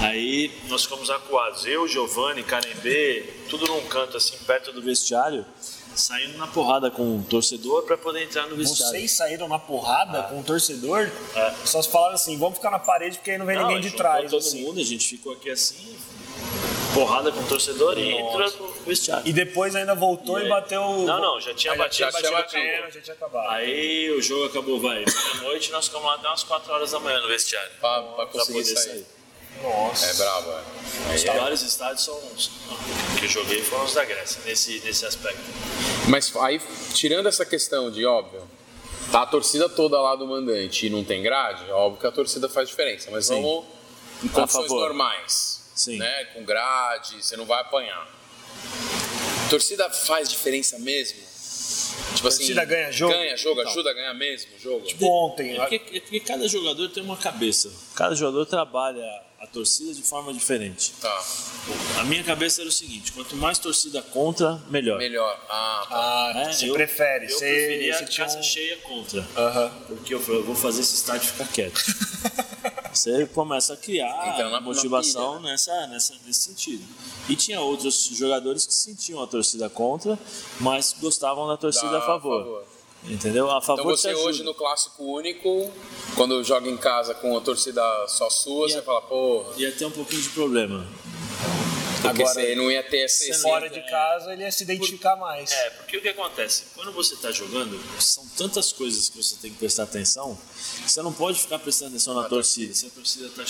Speaker 3: Aí nós ficamos acuados. Eu, Giovanni, Carembê, tudo num canto assim, perto do vestiário, saindo na porrada com o torcedor para poder entrar no vestiário.
Speaker 1: Vocês saíram na porrada com o torcedor?
Speaker 3: Ah. É.
Speaker 1: Só se falaram assim, vamos ficar na parede porque aí não vem
Speaker 3: Não,
Speaker 1: ninguém de
Speaker 3: juntou
Speaker 1: trás.
Speaker 3: Todo
Speaker 1: assim.
Speaker 3: mundo, a gente ficou aqui assim, porrada com o torcedor e entra no vestiário.
Speaker 1: E depois ainda voltou
Speaker 3: E
Speaker 1: e,
Speaker 3: aí?
Speaker 1: bateu o.
Speaker 3: Não, não, já tinha
Speaker 1: Aí já
Speaker 3: batido,
Speaker 1: tinha
Speaker 2: batido
Speaker 1: batido
Speaker 2: o
Speaker 1: o
Speaker 2: gol.
Speaker 1: pênalti, já tinha acabado.
Speaker 3: Aí o jogo acabou, vai. Meia-noite nós ficamos lá até umas 4 horas da manhã no vestiário.
Speaker 2: Pra, pra
Speaker 3: Pra
Speaker 2: conseguir
Speaker 3: poder
Speaker 2: sair.
Speaker 3: sair.
Speaker 1: Nossa.
Speaker 2: É brabo, é.
Speaker 3: Os
Speaker 2: Aí é.
Speaker 3: piores estádios são os que eu joguei foram os da Grécia, nesse, nesse aspecto.
Speaker 2: Mas aí, tirando essa questão de, óbvio, tá a torcida toda lá do mandante e não tem grade, é óbvio que a torcida faz diferença, mas
Speaker 3: Sim.
Speaker 2: vamos em condições
Speaker 3: favor.
Speaker 2: normais,
Speaker 3: Sim.
Speaker 2: né? Com grade, você não vai apanhar. Torcida faz diferença mesmo? Tipo assim,
Speaker 1: Torcida ganha jogo?
Speaker 2: Ganha jogo,
Speaker 3: Então.
Speaker 2: ajuda a ganhar mesmo o jogo?
Speaker 1: Tipo ontem.
Speaker 3: É porque, é porque cada jogador tem uma cabeça. Cada jogador trabalha a torcida de forma diferente.
Speaker 2: Tá,
Speaker 3: A minha cabeça era o seguinte: quanto mais torcida contra, melhor.
Speaker 2: melhor. Ah, tá.
Speaker 1: Ah,
Speaker 3: É,
Speaker 1: você
Speaker 3: eu-
Speaker 1: prefere.
Speaker 3: Eu
Speaker 1: você,
Speaker 3: preferia
Speaker 1: você
Speaker 3: a
Speaker 1: tinha
Speaker 3: caça
Speaker 1: um...
Speaker 3: cheia contra.
Speaker 1: Aham.
Speaker 3: Porque eu falei, eu vou fazer esse estádio ficar quieto. Você começa a criar
Speaker 2: Entra na-
Speaker 3: motivação
Speaker 2: na
Speaker 3: nessa, nessa, nesse sentido. E tinha outros jogadores que sentiam a torcida contra, mas gostavam da torcida
Speaker 2: Dá
Speaker 3: a favor. Entendeu? A favor
Speaker 2: Então você
Speaker 3: te ajuda.
Speaker 2: hoje no clássico único, quando joga em casa com a torcida só sua,
Speaker 3: E
Speaker 2: você
Speaker 3: a-
Speaker 2: fala, porra,
Speaker 3: Ia ter um pouquinho de problema.
Speaker 2: porque
Speaker 1: Agora-
Speaker 2: você não ia ter esse, esse
Speaker 1: Fora de casa ele ia se identificar mais.
Speaker 3: É, porque o que acontece? Quando você está jogando, são tantas coisas que você tem que prestar atenção, que você não pode ficar prestando atenção na torcida. Se a torcida tá está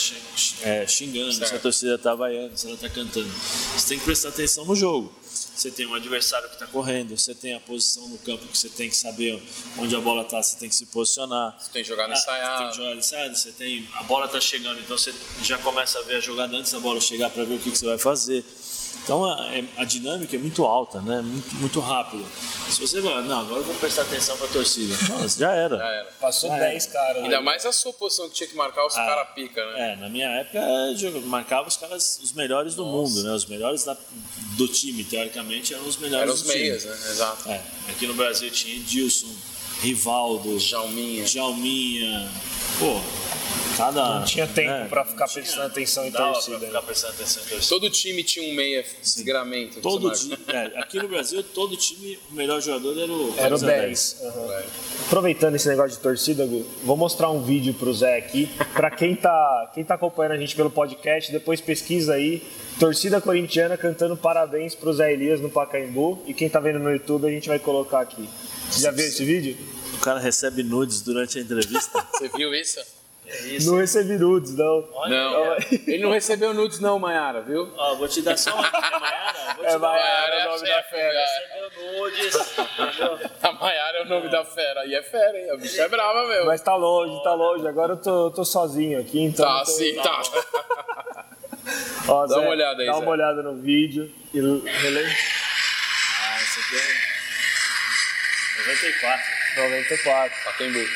Speaker 3: xingando, se a
Speaker 2: Certo.
Speaker 3: torcida está vaiando, se ela está cantando. Você tem que prestar atenção no jogo. Você tem um adversário que está correndo, você tem a posição no campo que você tem que saber onde a bola está, você tem que se posicionar.
Speaker 2: Você tem que jogar no né,
Speaker 3: Ah, Você tem
Speaker 2: ensaiado.
Speaker 3: que jogar ensaiado, você tem. A bola tá chegando, então você já começa a ver a jogada antes da bola chegar para ver o que, que você vai fazer. Então a, é- a dinâmica é muito alta, né? Muito, muito rápida. Se você vai, não, agora eu vou prestar atenção pra torcida. Nossa, já era.
Speaker 2: Já era.
Speaker 1: Passou
Speaker 3: Ah,
Speaker 1: 10 caras. né?
Speaker 2: Ainda mais a sua posição que tinha que marcar os
Speaker 3: Ah,
Speaker 2: cara pica, né?
Speaker 3: É, na minha época eu marcava os caras, os melhores do mundo, né? Os melhores da- do time, teoricamente, eram os melhores
Speaker 2: Eram os
Speaker 3: do time.
Speaker 2: meias, né? Exato.
Speaker 3: É, aqui no Brasil tinha Edilson, Rivaldo,
Speaker 2: Jalminha.
Speaker 3: Djalminha. Pô, cada.
Speaker 1: Não tinha tempo
Speaker 3: né,
Speaker 1: pra ficar
Speaker 3: não
Speaker 1: prestando atenção em
Speaker 3: não dava
Speaker 1: torcida, né?
Speaker 3: Pra ficar prestando atenção em torcida.
Speaker 2: Todo time tinha um meia desgramento. que
Speaker 3: Todo
Speaker 2: você
Speaker 3: time,
Speaker 2: marca.
Speaker 3: é, aqui no Brasil, todo time, o melhor jogador era o
Speaker 1: Era o
Speaker 3: Zé
Speaker 1: 10. Aham.
Speaker 2: É.
Speaker 1: Aproveitando esse negócio de torcida, Gu, vou mostrar um vídeo pro Zé aqui. Pra quem tá, quem tá acompanhando a gente pelo podcast, depois pesquisa aí. Torcida corintiana cantando parabéns pro Zé Elias no Pacaembu. E quem tá vendo no YouTube, a gente vai colocar aqui. Você já viu esse vídeo?
Speaker 3: O cara recebe nudes durante a entrevista.
Speaker 2: Você viu isso?
Speaker 1: Não recebi nudes, não.
Speaker 2: Não. Ele não recebeu nudes não, Maiara, viu?
Speaker 3: Ó, vou te dar só uma. É Maiara? Vou
Speaker 1: É Maiara, é o
Speaker 3: te dar uma.
Speaker 1: nome da fera.
Speaker 3: Recebeu nudes, entendeu?
Speaker 2: A Maiara é o nome da fera. E é fera, hein? A bicha é brava, meu.
Speaker 1: Mas tá longe, tá longe. Agora eu tô, eu tô sozinho aqui, então.
Speaker 2: tá,
Speaker 1: eu tô-
Speaker 2: sim, tá.
Speaker 1: Ó,
Speaker 2: Dá
Speaker 1: Zé,
Speaker 2: uma olhada aí,
Speaker 1: Dá
Speaker 2: Zé.
Speaker 1: uma olhada no vídeo e relembra.
Speaker 3: Ah, isso aqui um- é. 94.
Speaker 1: 94.
Speaker 2: Pacaembu.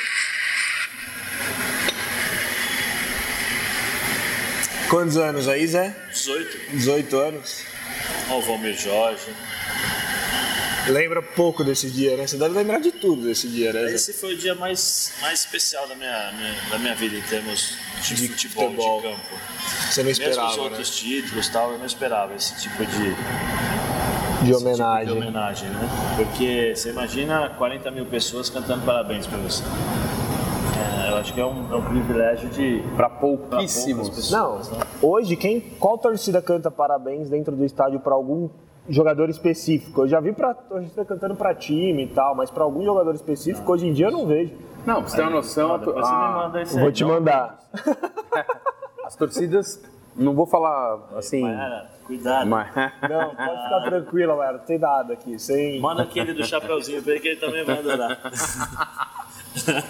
Speaker 1: Quantos anos aí, Zé?
Speaker 3: 18.
Speaker 1: 18 anos.
Speaker 3: Ó, o Valmir Jorge.
Speaker 1: Lembra pouco desse dia, né? Você deve lembrar de tudo desse dia, né? Zé?
Speaker 3: Esse foi o dia mais, mais especial da minha, minha- da minha vida em termos de,
Speaker 1: De
Speaker 3: futebol,
Speaker 1: futebol.
Speaker 3: de campo.
Speaker 1: Você não
Speaker 3: Mesmo os
Speaker 1: esperava, né?
Speaker 3: outros títulos e tal, eu não esperava esse tipo de,
Speaker 1: De
Speaker 3: de
Speaker 1: homenagem.
Speaker 3: homenagem, né? Porque você imagina 40 mil pessoas cantando parabéns pra você. É, eu acho que é um, é um privilégio de.
Speaker 2: Pra
Speaker 3: pra poucas
Speaker 2: pouquíssimos.
Speaker 3: pessoas,
Speaker 1: Não,
Speaker 3: né?
Speaker 1: hoje quem, qual torcida canta parabéns dentro do estádio pra algum jogador específico. Eu já vi pra, a gente tá cantando para time e tal, mas para algum jogador específico, hoje em dia eu não vejo.
Speaker 2: Não, pra você ter uma noção, a,
Speaker 3: Depois você me
Speaker 2: a,
Speaker 3: manda isso
Speaker 1: Eu Então, ah,
Speaker 3: aí.
Speaker 1: vou te
Speaker 3: não?
Speaker 1: mandar.
Speaker 2: as torcidas, não vou falar assim,
Speaker 3: Cara, cuidado.
Speaker 2: mas
Speaker 1: Não, pode ficar tranquila, galera. Não tem nada aqui. Sem...
Speaker 3: Manda aquele do Chapeuzinho pra ele que ele também vai adorar.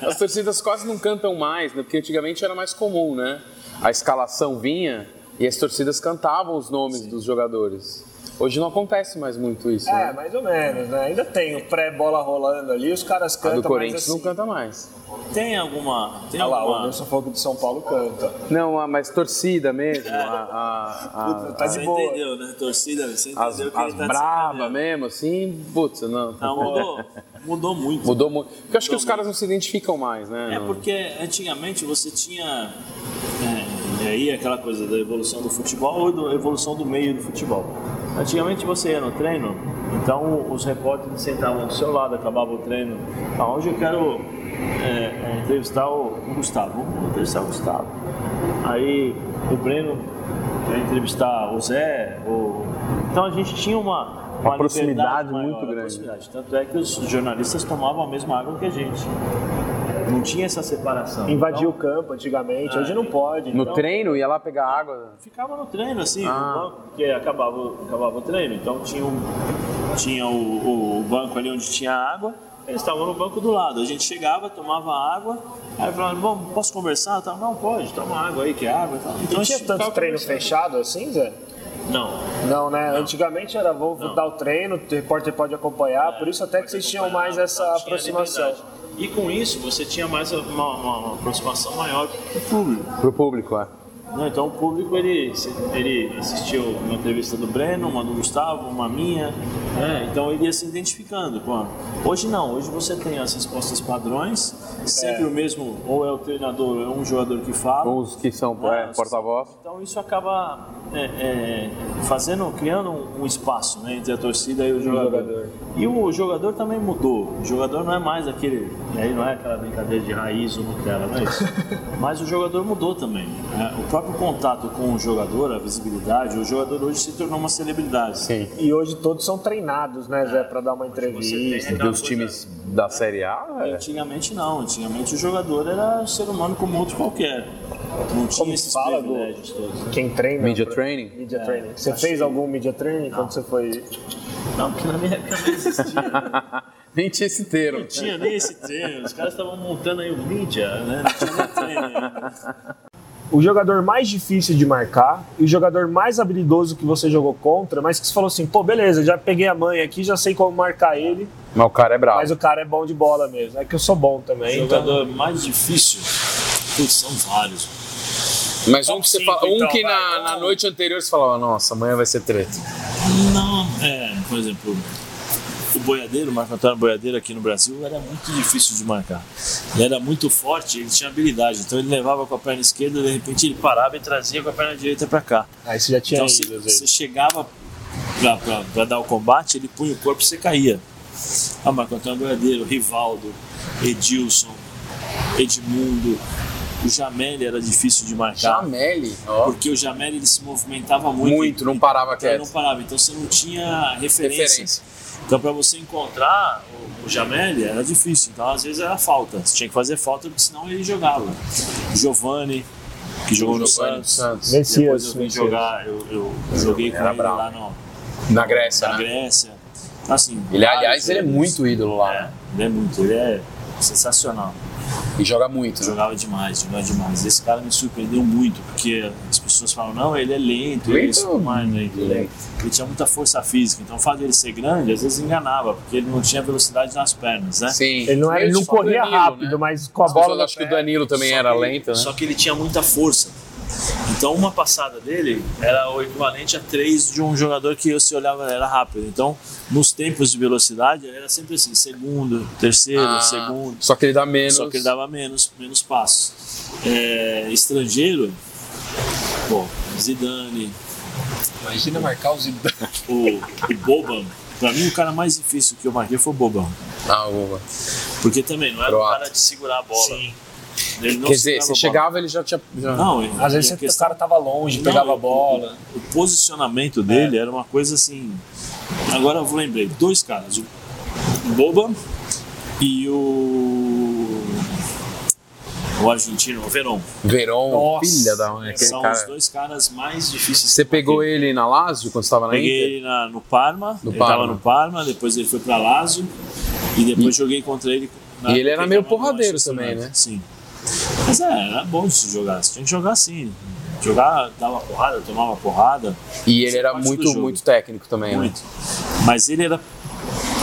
Speaker 2: as torcidas quase não cantam mais, né? Porque antigamente era mais comum, né? A escalação vinha e as torcidas cantavam os nomes dos jogadores. Hoje não acontece mais muito isso, né?
Speaker 1: É, mais ou menos, né? Ainda tem o pré-bola rolando ali, os caras
Speaker 2: A
Speaker 1: cantam,
Speaker 2: do Corinthians
Speaker 1: mas assim...
Speaker 2: não canta mais.
Speaker 3: Tem alguma. Tem
Speaker 1: Olha lá, o
Speaker 3: alguma.
Speaker 1: Anderson falou que o de São Paulo canta.
Speaker 2: Não, a- mas torcida mesmo, a- a- a-
Speaker 1: Puta, tá de
Speaker 3: Você
Speaker 1: boa.
Speaker 3: entendeu, né? Torcida, você entendeu
Speaker 2: as,
Speaker 3: que ele
Speaker 2: as
Speaker 3: tá te
Speaker 2: braba
Speaker 3: sacaneando.
Speaker 2: mesmo, assim, putz, não.
Speaker 3: Não, mudou, Então, mudou muito.
Speaker 2: Mudou muito. Porque eu acho que os
Speaker 3: Mudou
Speaker 2: caras não se identificam mais, né?
Speaker 3: É
Speaker 2: Não-
Speaker 3: porque antigamente você tinha. é, e aí aquela coisa da evolução do futebol ou da evolução do meio do futebol. Antigamente você ia no treino, então os repórteres sentavam do seu lado, acabava o treino. Ah, hoje eu quero é, é, entrevistar o o Gustavo. Vamos entrevistar o Gustavo. Aí o Breno quer entrevistar o Zé. O... Então a gente tinha uma. Uma,
Speaker 2: proximidade
Speaker 3: liberdade maior,
Speaker 2: muito
Speaker 3: uma
Speaker 2: grande.
Speaker 3: proximidade. Tanto é que os jornalistas tomavam a mesma água que a gente. Não tinha essa separação.
Speaker 1: Invadia
Speaker 3: Então,
Speaker 1: o campo antigamente, hoje não pode.
Speaker 2: No
Speaker 1: então-
Speaker 2: treino ia lá pegar água.
Speaker 3: Então, ficava no treino, assim,
Speaker 2: Ah.
Speaker 3: no banco, porque acabava, o- acabava o treino. Então tinha, um, tinha o, o banco ali onde tinha água, eles estavam no banco do lado. A gente chegava, tomava água, aí falava, bom, posso conversar? Eu tava, não, pode, toma água aí, que é água. e tal. Então
Speaker 1: Não tinha tanto
Speaker 3: ficava
Speaker 1: treino
Speaker 3: conversando.
Speaker 1: fechado assim, Zé?
Speaker 3: Não,
Speaker 1: Não, né? Antigamente era vou dar o treino, o repórter pode É, acompanhar, por isso até que vocês tinham mais essa
Speaker 3: Tinha
Speaker 1: aproximação.
Speaker 3: liberdade. E com isso você tinha mais uma, uma- uma aproximação maior do público.
Speaker 2: Pro público, é.
Speaker 3: Não, então o público ele, ele assistiu uma entrevista do Breno, uma do Gustavo, uma minha, né? então ele ia se identificando. Pô, hoje não, hoje você tem as respostas padrões, sempre o mesmo, ou é o treinador, ou é um jogador que fala.
Speaker 2: Os que são
Speaker 3: né?
Speaker 2: é, porta-voz.
Speaker 3: Então isso acaba é, é, fazendo, criando um, um espaço né, entre a torcida e o jogador.
Speaker 1: jogador.
Speaker 3: E o jogador também mudou. O jogador não é mais aquele, né, ele não é aquela brincadeira de raiz ou Nutella, não é isso. Mas o jogador mudou também. né? O próprio contato com o jogador, a visibilidade, o jogador hoje se tornou uma celebridade.
Speaker 2: Sim.
Speaker 1: E hoje todos são treinados, né, Zé, pra dar uma
Speaker 3: tem
Speaker 1: entrevista.
Speaker 3: É aquela
Speaker 2: Dos
Speaker 3: coisa-
Speaker 2: times da Série A, é.
Speaker 3: Antigamente não, antigamente o jogador era um ser humano como outro qualquer. Não tinha
Speaker 1: Como
Speaker 3: esses
Speaker 1: fala, Gu?
Speaker 3: privilégios todos. né?
Speaker 1: Quem treina.
Speaker 2: Media
Speaker 1: pra-
Speaker 2: training?
Speaker 1: Media training. Você fez algum media training quando você foi.
Speaker 3: Não, porque na minha época não existia.
Speaker 2: Nem tinha esse termo.
Speaker 3: Não tinha nem esse treino, os caras estavam montando aí o mídia, né? Não tinha nem treino.
Speaker 1: O jogador mais difícil de marcar e o jogador mais habilidoso que você jogou contra, mas que você falou assim: pô, beleza, já peguei a mãe aqui, já sei como marcar ele,
Speaker 2: Mas o cara é bravo.
Speaker 1: mas o cara é bom de bola mesmo. É que eu sou bom também.
Speaker 3: O
Speaker 1: então-
Speaker 3: jogador mais difícil, putz, são vários.
Speaker 2: Mas um que você
Speaker 3: Cinco,
Speaker 2: fala, um
Speaker 3: então,
Speaker 2: que
Speaker 3: vai,
Speaker 2: na,
Speaker 3: um.
Speaker 2: na noite anterior você falava, nossa, amanhã vai ser treta.
Speaker 3: Não, é, por exemplo, o boiadeiro, o Marco Antônio Boiadeiro aqui no Brasil era muito difícil de marcar. Ele era muito forte, ele tinha habilidade, então ele levava com a perna esquerda, de repente ele parava e trazia com a perna direita pra cá.
Speaker 1: Aí você Ah, já tinha
Speaker 3: Então
Speaker 1: ido,
Speaker 3: você,
Speaker 1: é às vezes.
Speaker 3: você chegava pra, pra- pra dar o combate, ele punha o corpo e você caía. Ah, Marco Antônio Boiadeiro, Rivaldo, Edilson, Edmundo, o Jamelli era difícil de marcar.
Speaker 2: Jameli, ó.
Speaker 3: Porque o Jamelli ele se movimentava muito.
Speaker 2: Muito, não parava
Speaker 3: Então ele não
Speaker 2: quieto.
Speaker 3: parava, então você não tinha referências.
Speaker 2: Referência.
Speaker 3: Então para você encontrar o, o Jamelli era difícil, então às vezes era falta. Você tinha que fazer falta porque senão ele jogava. Giovanni, que jogou no
Speaker 2: Giovanni dos
Speaker 3: Santos.
Speaker 2: Santos.
Speaker 1: Messias,
Speaker 3: Depois eu vim
Speaker 1: Messias.
Speaker 3: jogar, eu, eu joguei com
Speaker 2: Era
Speaker 3: ele
Speaker 2: bravo.
Speaker 3: lá no,
Speaker 2: Na Grécia,
Speaker 3: na
Speaker 2: né?
Speaker 3: Grécia. Assim,
Speaker 2: Ele,
Speaker 3: vários
Speaker 2: aliás, ele é
Speaker 3: jogadores.
Speaker 2: muito ídolo lá.
Speaker 3: É,
Speaker 2: né?
Speaker 3: ele é muito, ele é sensacional.
Speaker 2: E joga muito. né?
Speaker 3: Jogava demais, jogava demais. Esse cara me surpreendeu muito, porque as pessoas falam, não, ele é lento, ele é
Speaker 2: Lento? Hum,
Speaker 3: isso, mas né, ele,
Speaker 2: Lento.
Speaker 3: ele tinha muita força física, então o fato dele ser grande, às vezes enganava, porque ele não tinha velocidade nas pernas, né?
Speaker 2: Sim.
Speaker 1: Ele não, era-
Speaker 2: Meio
Speaker 1: ele não
Speaker 2: tipo o
Speaker 1: corria
Speaker 2: Danilo,
Speaker 1: rápido,
Speaker 2: né?
Speaker 1: mas com a
Speaker 2: As
Speaker 1: bola.
Speaker 2: pessoas
Speaker 1: na
Speaker 2: acham que o
Speaker 1: perna-
Speaker 2: Danilo também
Speaker 3: Só
Speaker 2: era
Speaker 3: que-
Speaker 2: lento, né?
Speaker 3: Só que ele tinha muita força. Então uma passada dele era o equivalente a três de um jogador que você olhava era rápido. Então, nos tempos de velocidade, era sempre assim, segundo, terceiro,
Speaker 2: Ah,
Speaker 3: segundo.
Speaker 2: Só que ele dá menos.
Speaker 3: Só que ele dava menos, menos passos. É, estrangeiro, bom, Zidane,
Speaker 2: Imagina marcar os.
Speaker 3: o, o Boban. Pra mim, o cara mais difícil que eu marquei foi o Boban.
Speaker 2: Ah, boa.
Speaker 3: Porque também não era um
Speaker 2: Croata.
Speaker 3: cara de segurar a bola. Sim. Ele não
Speaker 2: Quer dizer, você
Speaker 3: segurava a bola.
Speaker 2: chegava ele já tinha. já-
Speaker 3: Não, e-
Speaker 1: Às vezes
Speaker 3: e a
Speaker 1: você- tá o
Speaker 3: questão-
Speaker 1: cara tava longe,
Speaker 3: Não,
Speaker 1: pegava
Speaker 3: e-
Speaker 1: a bola.
Speaker 3: O posicionamento dele era uma coisa assim. Agora eu lembrei, dois caras, o Boba e o. O argentino, o Verón.
Speaker 2: Verón,
Speaker 3: Nossa,
Speaker 2: filha da mãe. É Aquele
Speaker 3: São os
Speaker 2: cara.
Speaker 3: dois caras mais difíceis.
Speaker 2: Você
Speaker 3: de
Speaker 2: pegou
Speaker 3: bater.
Speaker 2: ele na Lazio quando você estava na
Speaker 3: Peguei
Speaker 2: Inter?
Speaker 3: ele na- no Parma,
Speaker 2: No
Speaker 3: ele
Speaker 2: Parma.
Speaker 3: tava no Parma, depois ele foi pra Lazio e depois joguei contra ele. na-
Speaker 2: E ele era
Speaker 3: ele
Speaker 2: meio
Speaker 3: tava no
Speaker 2: porradeiro
Speaker 3: Manchester
Speaker 2: também,
Speaker 3: United,
Speaker 2: né?
Speaker 3: Sim. Mas é, era bom de se jogar, você tinha que jogar assim. Jogar, dava porrada, tomava porrada,
Speaker 2: E ele era
Speaker 3: Parte do
Speaker 2: muito,
Speaker 3: jogo.
Speaker 2: muito técnico também, né?
Speaker 3: muito. Mas ele era,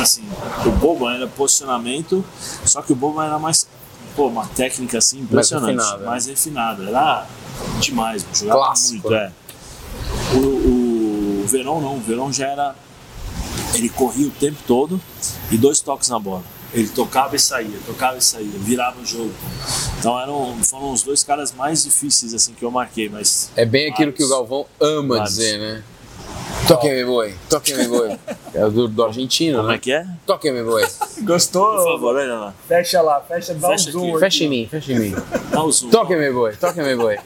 Speaker 3: assim, o Boba era posicionamento, só que o Boba era mais, pô, uma técnica assim impressionante, mais
Speaker 2: refinada, né?
Speaker 3: refinada, era demais, jogava
Speaker 2: Clássico,
Speaker 3: muito,
Speaker 2: né?
Speaker 3: é. O, o Verão não, o Verão já era, ele corria o tempo todo e dois toques na bola. Ele tocava e saía, tocava e saía, virava o jogo. Então eram, foram os dois caras mais difíceis assim que eu marquei, mas
Speaker 2: É bem aquilo que o
Speaker 3: Vários.
Speaker 2: Galvão ama
Speaker 3: Vários.
Speaker 2: dizer, né? Toque me boy, toque me boy. É do, do argentino,
Speaker 3: como
Speaker 2: né?
Speaker 3: é que é?
Speaker 2: Toque me boy.
Speaker 1: Gostou?
Speaker 3: Por favor, olha lá.
Speaker 1: Fecha lá, fecha, dá
Speaker 3: Fecha
Speaker 1: um zoom
Speaker 3: aqui.
Speaker 1: aqui.
Speaker 2: Fecha em mim, fecha em mim.
Speaker 3: Dá o zoom.
Speaker 2: Toque me boy, toque me boy.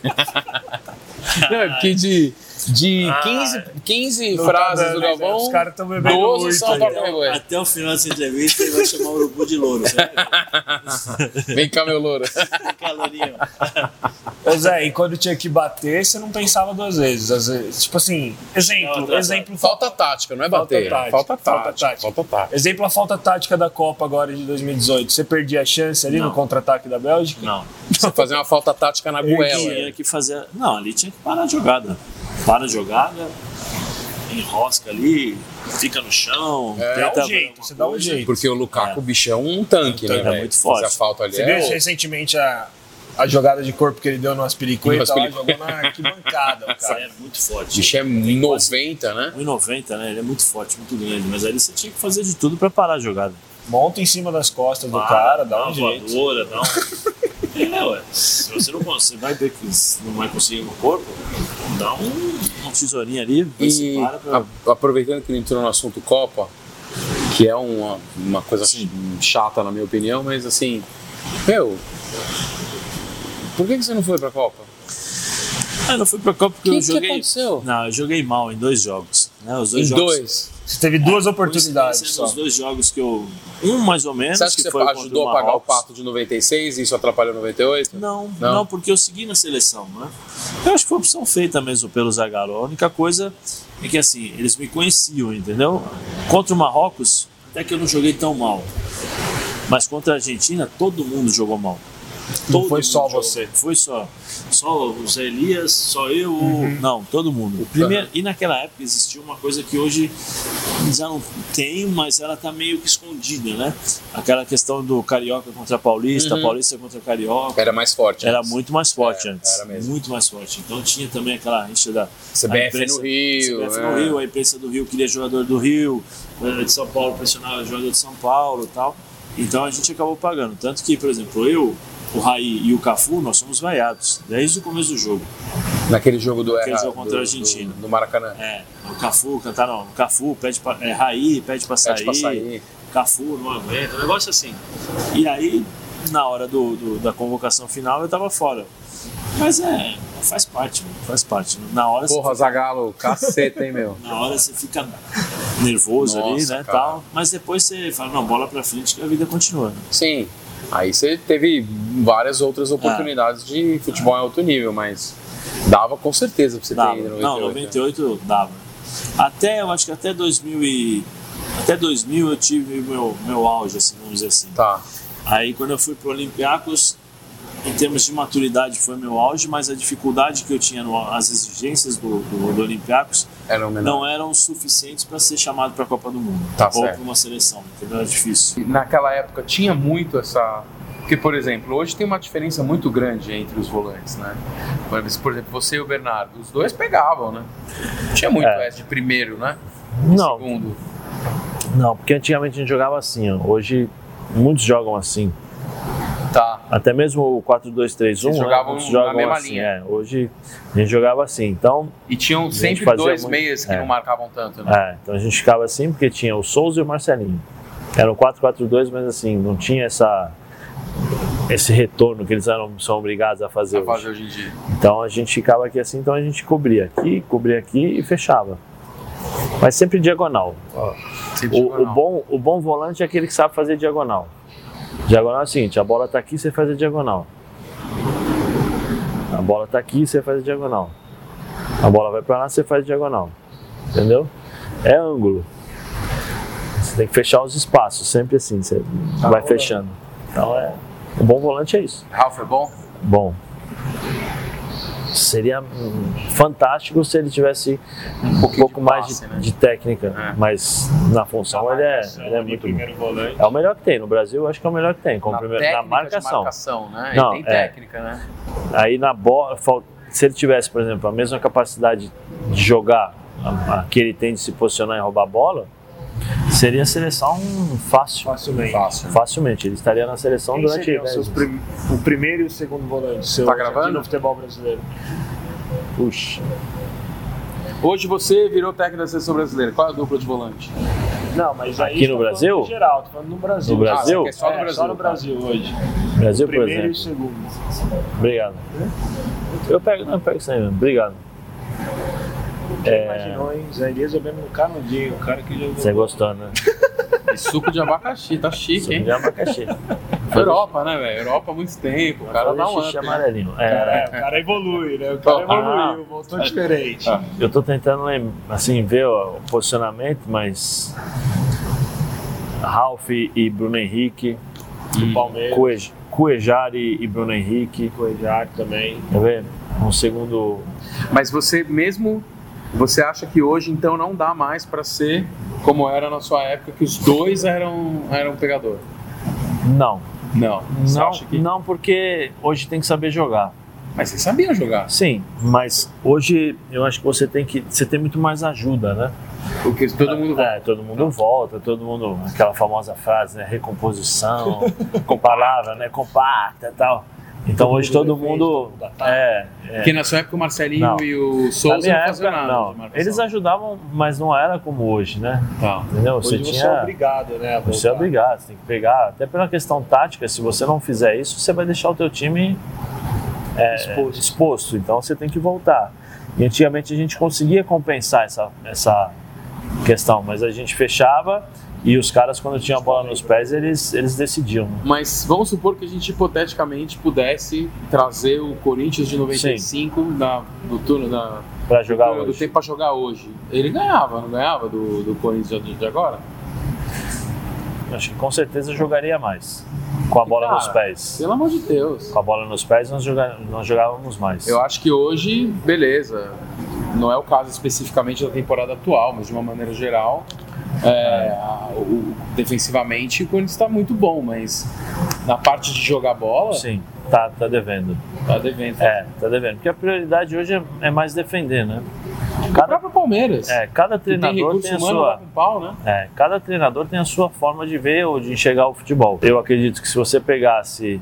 Speaker 2: Não, é porque de, de 15, 15
Speaker 1: Não tá
Speaker 2: frases
Speaker 1: dando,
Speaker 2: do
Speaker 1: né?
Speaker 2: Galvão,
Speaker 1: Os caras tão bebendo
Speaker 2: 12
Speaker 1: muito né?
Speaker 2: são
Speaker 1: aí.
Speaker 2: toque me boy.
Speaker 3: Até o final dessa entrevista ele vai chamar o urubu de louro. sabe? um
Speaker 2: Vem cá, meu louro.
Speaker 3: Calorinho.
Speaker 1: Ô Zé, e quando tinha que bater, você não pensava duas vezes. Às vezes tipo assim, exemplo,
Speaker 3: Não, tá, tá.
Speaker 1: exemplo,
Speaker 2: Falta tática, não é
Speaker 1: Falta
Speaker 2: bater.
Speaker 1: tática,
Speaker 2: Falta
Speaker 1: falta
Speaker 2: tática.
Speaker 1: tática.
Speaker 2: Falta tática.
Speaker 1: exemplo a falta tática da Copa agora de 2018. Você perdia a chance ali no contra-ataque da Bélgica?
Speaker 3: Não.
Speaker 2: Você fazer uma falta tática na goela.
Speaker 3: Tinha que fazer. Não, ali tinha que parar a jogada. Para a jogada, enrosca ali, fica no chão.
Speaker 2: É,
Speaker 1: Dá
Speaker 3: tenta
Speaker 1: um jeito,
Speaker 3: alguma
Speaker 1: você dá um
Speaker 3: coisa.
Speaker 1: jeito.
Speaker 2: Porque o Lukaku, o bicho, é um tanque, né?
Speaker 3: É
Speaker 2: velho?
Speaker 3: muito forte.
Speaker 2: Fazer a falta ali
Speaker 1: Você
Speaker 2: é
Speaker 1: viu
Speaker 2: o-
Speaker 1: recentemente a, a jogada de corpo que ele deu no Aspiricueta?
Speaker 2: No
Speaker 1: lá,
Speaker 2: Aspiricueta.
Speaker 1: jogou na arquibancada, o
Speaker 3: Cara,
Speaker 1: cara.
Speaker 3: é muito forte.
Speaker 2: bicho é 90, né?
Speaker 3: 1,90, né? Ele é muito forte, muito grande. Mas ali você tinha que fazer de tudo pra parar a jogada.
Speaker 1: Monta em cima das costas do
Speaker 3: Para,
Speaker 1: cara, dá
Speaker 3: uma
Speaker 1: um jeito.
Speaker 3: voadora, dá um. É, ué. Se você não consegue, vai ver que não vai conseguir no corpo, dá um, uma tesourinha ali, vê se
Speaker 2: E
Speaker 3: para pra.
Speaker 2: a- aproveitando que ele entrou no assunto Copa, que é uma, uma coisa
Speaker 3: Sim.
Speaker 2: chata na minha opinião, mas assim, meu, por que, que você não foi pra Copa?
Speaker 3: Ah, não fui pra Copa porque
Speaker 2: Que
Speaker 3: eu
Speaker 2: que
Speaker 3: joguei.
Speaker 2: aconteceu?
Speaker 3: Não, eu joguei mal em dois jogos. Né? Os dois
Speaker 2: Em
Speaker 3: jogos.
Speaker 2: dois.
Speaker 1: Você teve duas
Speaker 3: Coincidência
Speaker 1: oportunidades só.
Speaker 3: Nos dois jogos que eu. Um mais ou menos.
Speaker 2: Você acha que, você
Speaker 3: foi contra
Speaker 2: ajudou
Speaker 3: o
Speaker 2: a pagar o
Speaker 3: Marrocos.
Speaker 2: pato de 96 e isso atrapalhou 98?
Speaker 3: Não,
Speaker 2: Não?
Speaker 3: não, porque eu segui na seleção, né? Eu acho que foi opção feita mesmo pelo Zagallo. A única coisa é que, assim, eles me conheciam, entendeu? Contra o Marrocos, até que eu não joguei tão mal. Mas contra a Argentina, todo mundo jogou mal.
Speaker 1: Não
Speaker 3: Todo
Speaker 1: foi
Speaker 3: mundo
Speaker 1: só
Speaker 3: jogou.
Speaker 1: você.
Speaker 3: Foi só. Só o Zé Elias, só eu.
Speaker 1: Uhum.
Speaker 3: Não, todo mundo. Primeiro, e naquela época existia uma coisa que hoje já não tem, mas ela tá meio que escondida, né? Aquela questão do carioca contra paulista,
Speaker 1: Uhum.
Speaker 3: paulista contra carioca.
Speaker 2: Era mais forte. né?
Speaker 3: Era
Speaker 2: antes.
Speaker 3: muito mais forte
Speaker 2: Era,
Speaker 3: antes.
Speaker 2: É, era mesmo.
Speaker 3: Muito mais forte. Então tinha também aquela rixa da.
Speaker 2: CBF
Speaker 3: a imprensa-
Speaker 2: no Rio,
Speaker 3: CBF
Speaker 2: é.
Speaker 3: no Rio, a imprensa do Rio queria jogador do Rio, eh, de São Paulo pressionava jogador de São Paulo e tal. Então a gente acabou pagando. Tanto que, por exemplo, eu, o Raí e o Cafu, nós somos vaiados desde o começo do jogo.
Speaker 2: Naquele jogo do
Speaker 3: Naquele
Speaker 2: RH,
Speaker 3: jogo contra
Speaker 2: do-
Speaker 3: a Argentina.
Speaker 2: Do, do Maracanã.
Speaker 3: É, o Cafu, cantaram, Cafu pede pra, é, Raí pede pra sair.
Speaker 2: Pede pra sair.
Speaker 3: Cafu não aguenta, um negócio assim. E aí, na hora do, do- da convocação final, eu tava fora. Mas é, faz parte, mano, faz parte. Na hora, você,
Speaker 2: Porra, Zagalo, caceta, hein, meu?
Speaker 3: na hora você fica nervoso ali,
Speaker 2: Nossa,
Speaker 3: né,
Speaker 2: cara.
Speaker 3: tal. Mas depois você fala, não, bola pra frente que a vida continua. né?
Speaker 2: Sim. Aí você teve várias outras
Speaker 4: Ah.
Speaker 2: oportunidades de futebol em alto nível, mas dava com certeza pra você
Speaker 3: Dava.
Speaker 2: ter ido no né?
Speaker 3: Não,
Speaker 2: 98.
Speaker 3: 98 dava. Até, eu acho que até 2000 e... Até 2000 eu tive meu, meu auge, assim, vamos dizer assim.
Speaker 2: Tá.
Speaker 3: Aí quando eu fui pro Olympiacos, em termos de maturidade foi meu auge, mas a dificuldade que eu tinha, no, as exigências do, do, do Olympiacos
Speaker 2: Era um menor.
Speaker 3: não eram suficientes para ser chamado para a Copa do Mundo
Speaker 2: Tá
Speaker 3: ou
Speaker 2: certo.
Speaker 3: para uma seleção, entendeu? Era difícil.
Speaker 2: Naquela época tinha muito essa. Porque, por exemplo, hoje tem uma diferença muito grande entre os volantes, né? Por exemplo, você e o Bernardo, os dois pegavam, né? Tinha muito
Speaker 4: É.
Speaker 2: essa de primeiro, né?
Speaker 4: Não,
Speaker 2: Segundo.
Speaker 4: não, porque antigamente a gente jogava assim, ó. Hoje muitos jogam assim.
Speaker 2: Tá.
Speaker 4: Até mesmo o 4-2-3-1,
Speaker 2: Eles
Speaker 4: né,
Speaker 2: jogavam
Speaker 4: muitos
Speaker 2: na
Speaker 4: jogam
Speaker 2: mesma
Speaker 4: assim.
Speaker 2: linha.
Speaker 4: É, hoje a gente jogava assim. Então,
Speaker 2: E tinham
Speaker 4: gente
Speaker 2: sempre
Speaker 4: fazia
Speaker 2: dois
Speaker 4: muito-
Speaker 2: meias que
Speaker 4: é.
Speaker 2: não marcavam tanto, né?
Speaker 4: é, então a gente ficava assim porque tinha o Souza e o Marcelinho. Era um 4-4-2, mas assim, não tinha essa esse retorno que eles eram, são obrigados a fazer.
Speaker 2: Pra
Speaker 4: hoje.
Speaker 2: fazer hoje em dia.
Speaker 4: Então a gente ficava aqui assim, então a gente cobria aqui, cobria aqui e fechava.
Speaker 3: Mas sempre diagonal.
Speaker 2: Sempre
Speaker 3: O, o
Speaker 2: diagonal.
Speaker 3: bom, o bom volante é aquele que sabe fazer diagonal. Diagonal é o seguinte, a bola tá aqui, você faz a diagonal. A bola tá aqui, você faz a diagonal. A bola vai para lá, você faz a diagonal. Entendeu? É ângulo. Você tem que fechar os espaços, sempre assim, você vai
Speaker 1: rolando.
Speaker 3: fechando. Então é. O bom volante é isso.
Speaker 2: Ralf é bom?
Speaker 3: Bom. Seria hum, fantástico se ele tivesse um pouco,
Speaker 2: pouquinho de
Speaker 3: mais
Speaker 2: passe,
Speaker 3: de,
Speaker 2: né?
Speaker 3: de técnica,
Speaker 2: É.
Speaker 3: mas na função ele é, ele é
Speaker 1: Ali,
Speaker 3: muito bom.
Speaker 1: primeiro volante.
Speaker 3: É o melhor que tem. No Brasil, eu acho que é o melhor que tem. Como
Speaker 2: Na,
Speaker 3: primeiro-
Speaker 2: técnica
Speaker 3: na marcação.
Speaker 2: De marcação né?
Speaker 3: Não,
Speaker 2: e tem
Speaker 3: é.
Speaker 2: técnica, né?
Speaker 3: Aí na bola, fal- se ele tivesse, por exemplo, a mesma capacidade de jogar a, a que ele tem de se posicionar e roubar a bola, seria a seleção fácil.
Speaker 1: Facilmente.
Speaker 2: Fácil.
Speaker 3: Facilmente. Ele estaria na seleção
Speaker 1: Quem
Speaker 3: durante.
Speaker 1: seriam
Speaker 3: dez
Speaker 1: seus
Speaker 3: anos.
Speaker 1: prim- o primeiro e o segundo volante seu
Speaker 2: Tá gravando?
Speaker 1: aqui no futebol brasileiro?
Speaker 3: Puxa.
Speaker 2: Hoje você virou técnico da seleção brasileira. Qual é a dupla de volante?
Speaker 1: Não, mas aí
Speaker 3: Aqui no
Speaker 1: tá falando
Speaker 3: Brasil?
Speaker 1: em Geral, tô falando no Brasil.
Speaker 3: No Brasil?
Speaker 2: Ah, você quer só no
Speaker 1: É,
Speaker 2: Brasil.
Speaker 1: Só no
Speaker 2: tá?
Speaker 1: Brasil né? hoje.
Speaker 3: Brasil, por
Speaker 1: primeiro e
Speaker 3: exemplo.
Speaker 1: o segundo.
Speaker 3: Obrigado. Eu pego, não, eu pego isso aí mesmo. Obrigado. É.
Speaker 1: Quem imaginou, hein? Zé Elias jogando no Canudinho, o cara que jogou.
Speaker 3: Você gostou, né?
Speaker 2: E suco de abacaxi, tá chique, hein?
Speaker 3: Já abacaxi.
Speaker 2: Europa, né, velho? Europa há muito tempo. O cara dá um
Speaker 3: xixi
Speaker 2: up. né?
Speaker 3: amarelinho. É.
Speaker 1: É, o cara evolui, né? O cara
Speaker 3: Ah.
Speaker 1: evoluiu, voltou diferente.
Speaker 2: Ah.
Speaker 3: Eu tô tentando lem- assim, ver o o posicionamento, mas. Ralf e Bruno Henrique.
Speaker 1: Do Palmeiras.
Speaker 3: Cue- Cuejari e Bruno Henrique.
Speaker 1: Coejar também.
Speaker 3: Quer ver? Um segundo.
Speaker 2: né? Mas você mesmo. Você acha que hoje então não dá mais pra ser como era na sua época, que os dois eram, eram pegador?
Speaker 3: Não.
Speaker 2: Não. Você
Speaker 3: Não,
Speaker 2: acha que.
Speaker 3: não, porque hoje tem que saber jogar.
Speaker 2: Mas você sabia jogar.
Speaker 3: Sim, mas hoje eu acho que você tem que. Você tem muito mais ajuda, né?
Speaker 2: Porque todo mundo vai.
Speaker 3: É, todo mundo volta, todo mundo. Aquela famosa frase, né? Recomposição, com palavra, né? Compacta e tal. Então hoje todo mundo. É, é.
Speaker 2: Porque na sua época o Marcelinho
Speaker 3: Não.
Speaker 2: e o
Speaker 3: Na
Speaker 2: Souza
Speaker 3: minha
Speaker 2: não faziam
Speaker 3: época,
Speaker 2: nada.
Speaker 3: não.
Speaker 2: de marcação.
Speaker 3: Eles ajudavam, mas não era como hoje, né?
Speaker 2: Tá.
Speaker 3: Entendeu?
Speaker 1: Hoje
Speaker 3: Você
Speaker 1: você
Speaker 3: tinha.
Speaker 1: é obrigado, né? a
Speaker 3: Você é
Speaker 1: voltar.
Speaker 3: obrigado, você tem que pegar. Até pela questão tática, se você não fizer isso, você vai deixar o teu time é, exposto. Então você tem que voltar. E antigamente a gente conseguia compensar essa, essa questão, mas a gente fechava e os caras, quando tinham a bola nos pés, eles, eles decidiam. né?
Speaker 2: Mas vamos supor que a gente hipoteticamente pudesse trazer o Corinthians de 95 da, do turno da,
Speaker 3: Pra jogar
Speaker 2: do
Speaker 3: hoje.
Speaker 2: tempo para jogar hoje. Ele ganhava, não ganhava do, do Corinthians de de agora?
Speaker 3: Acho que com certeza eu jogaria mais. Com a bola
Speaker 2: Cara,
Speaker 3: nos pés.
Speaker 2: Pelo amor de Deus.
Speaker 3: Com a bola nos pés, nós, joga- nós jogávamos mais.
Speaker 2: Eu acho que hoje, beleza. Não é o caso especificamente da temporada atual, mas de uma maneira geral, é, a- o- o- defensivamente o Corinthians está muito bom, mas na parte de jogar bola,
Speaker 3: Sim, tá, tá devendo.
Speaker 2: tá devendo.
Speaker 3: É, tá devendo. Porque a prioridade hoje é- é mais defender, né?
Speaker 2: O próprio Palmeiras.
Speaker 3: É, cada
Speaker 2: que tem
Speaker 3: treinador tem,
Speaker 2: recurso
Speaker 3: a
Speaker 2: humano lá
Speaker 3: sua.
Speaker 2: com pau, né?
Speaker 3: é, cada treinador tem a sua forma de ver ou de enxergar o futebol. Eu acredito que se você pegasse.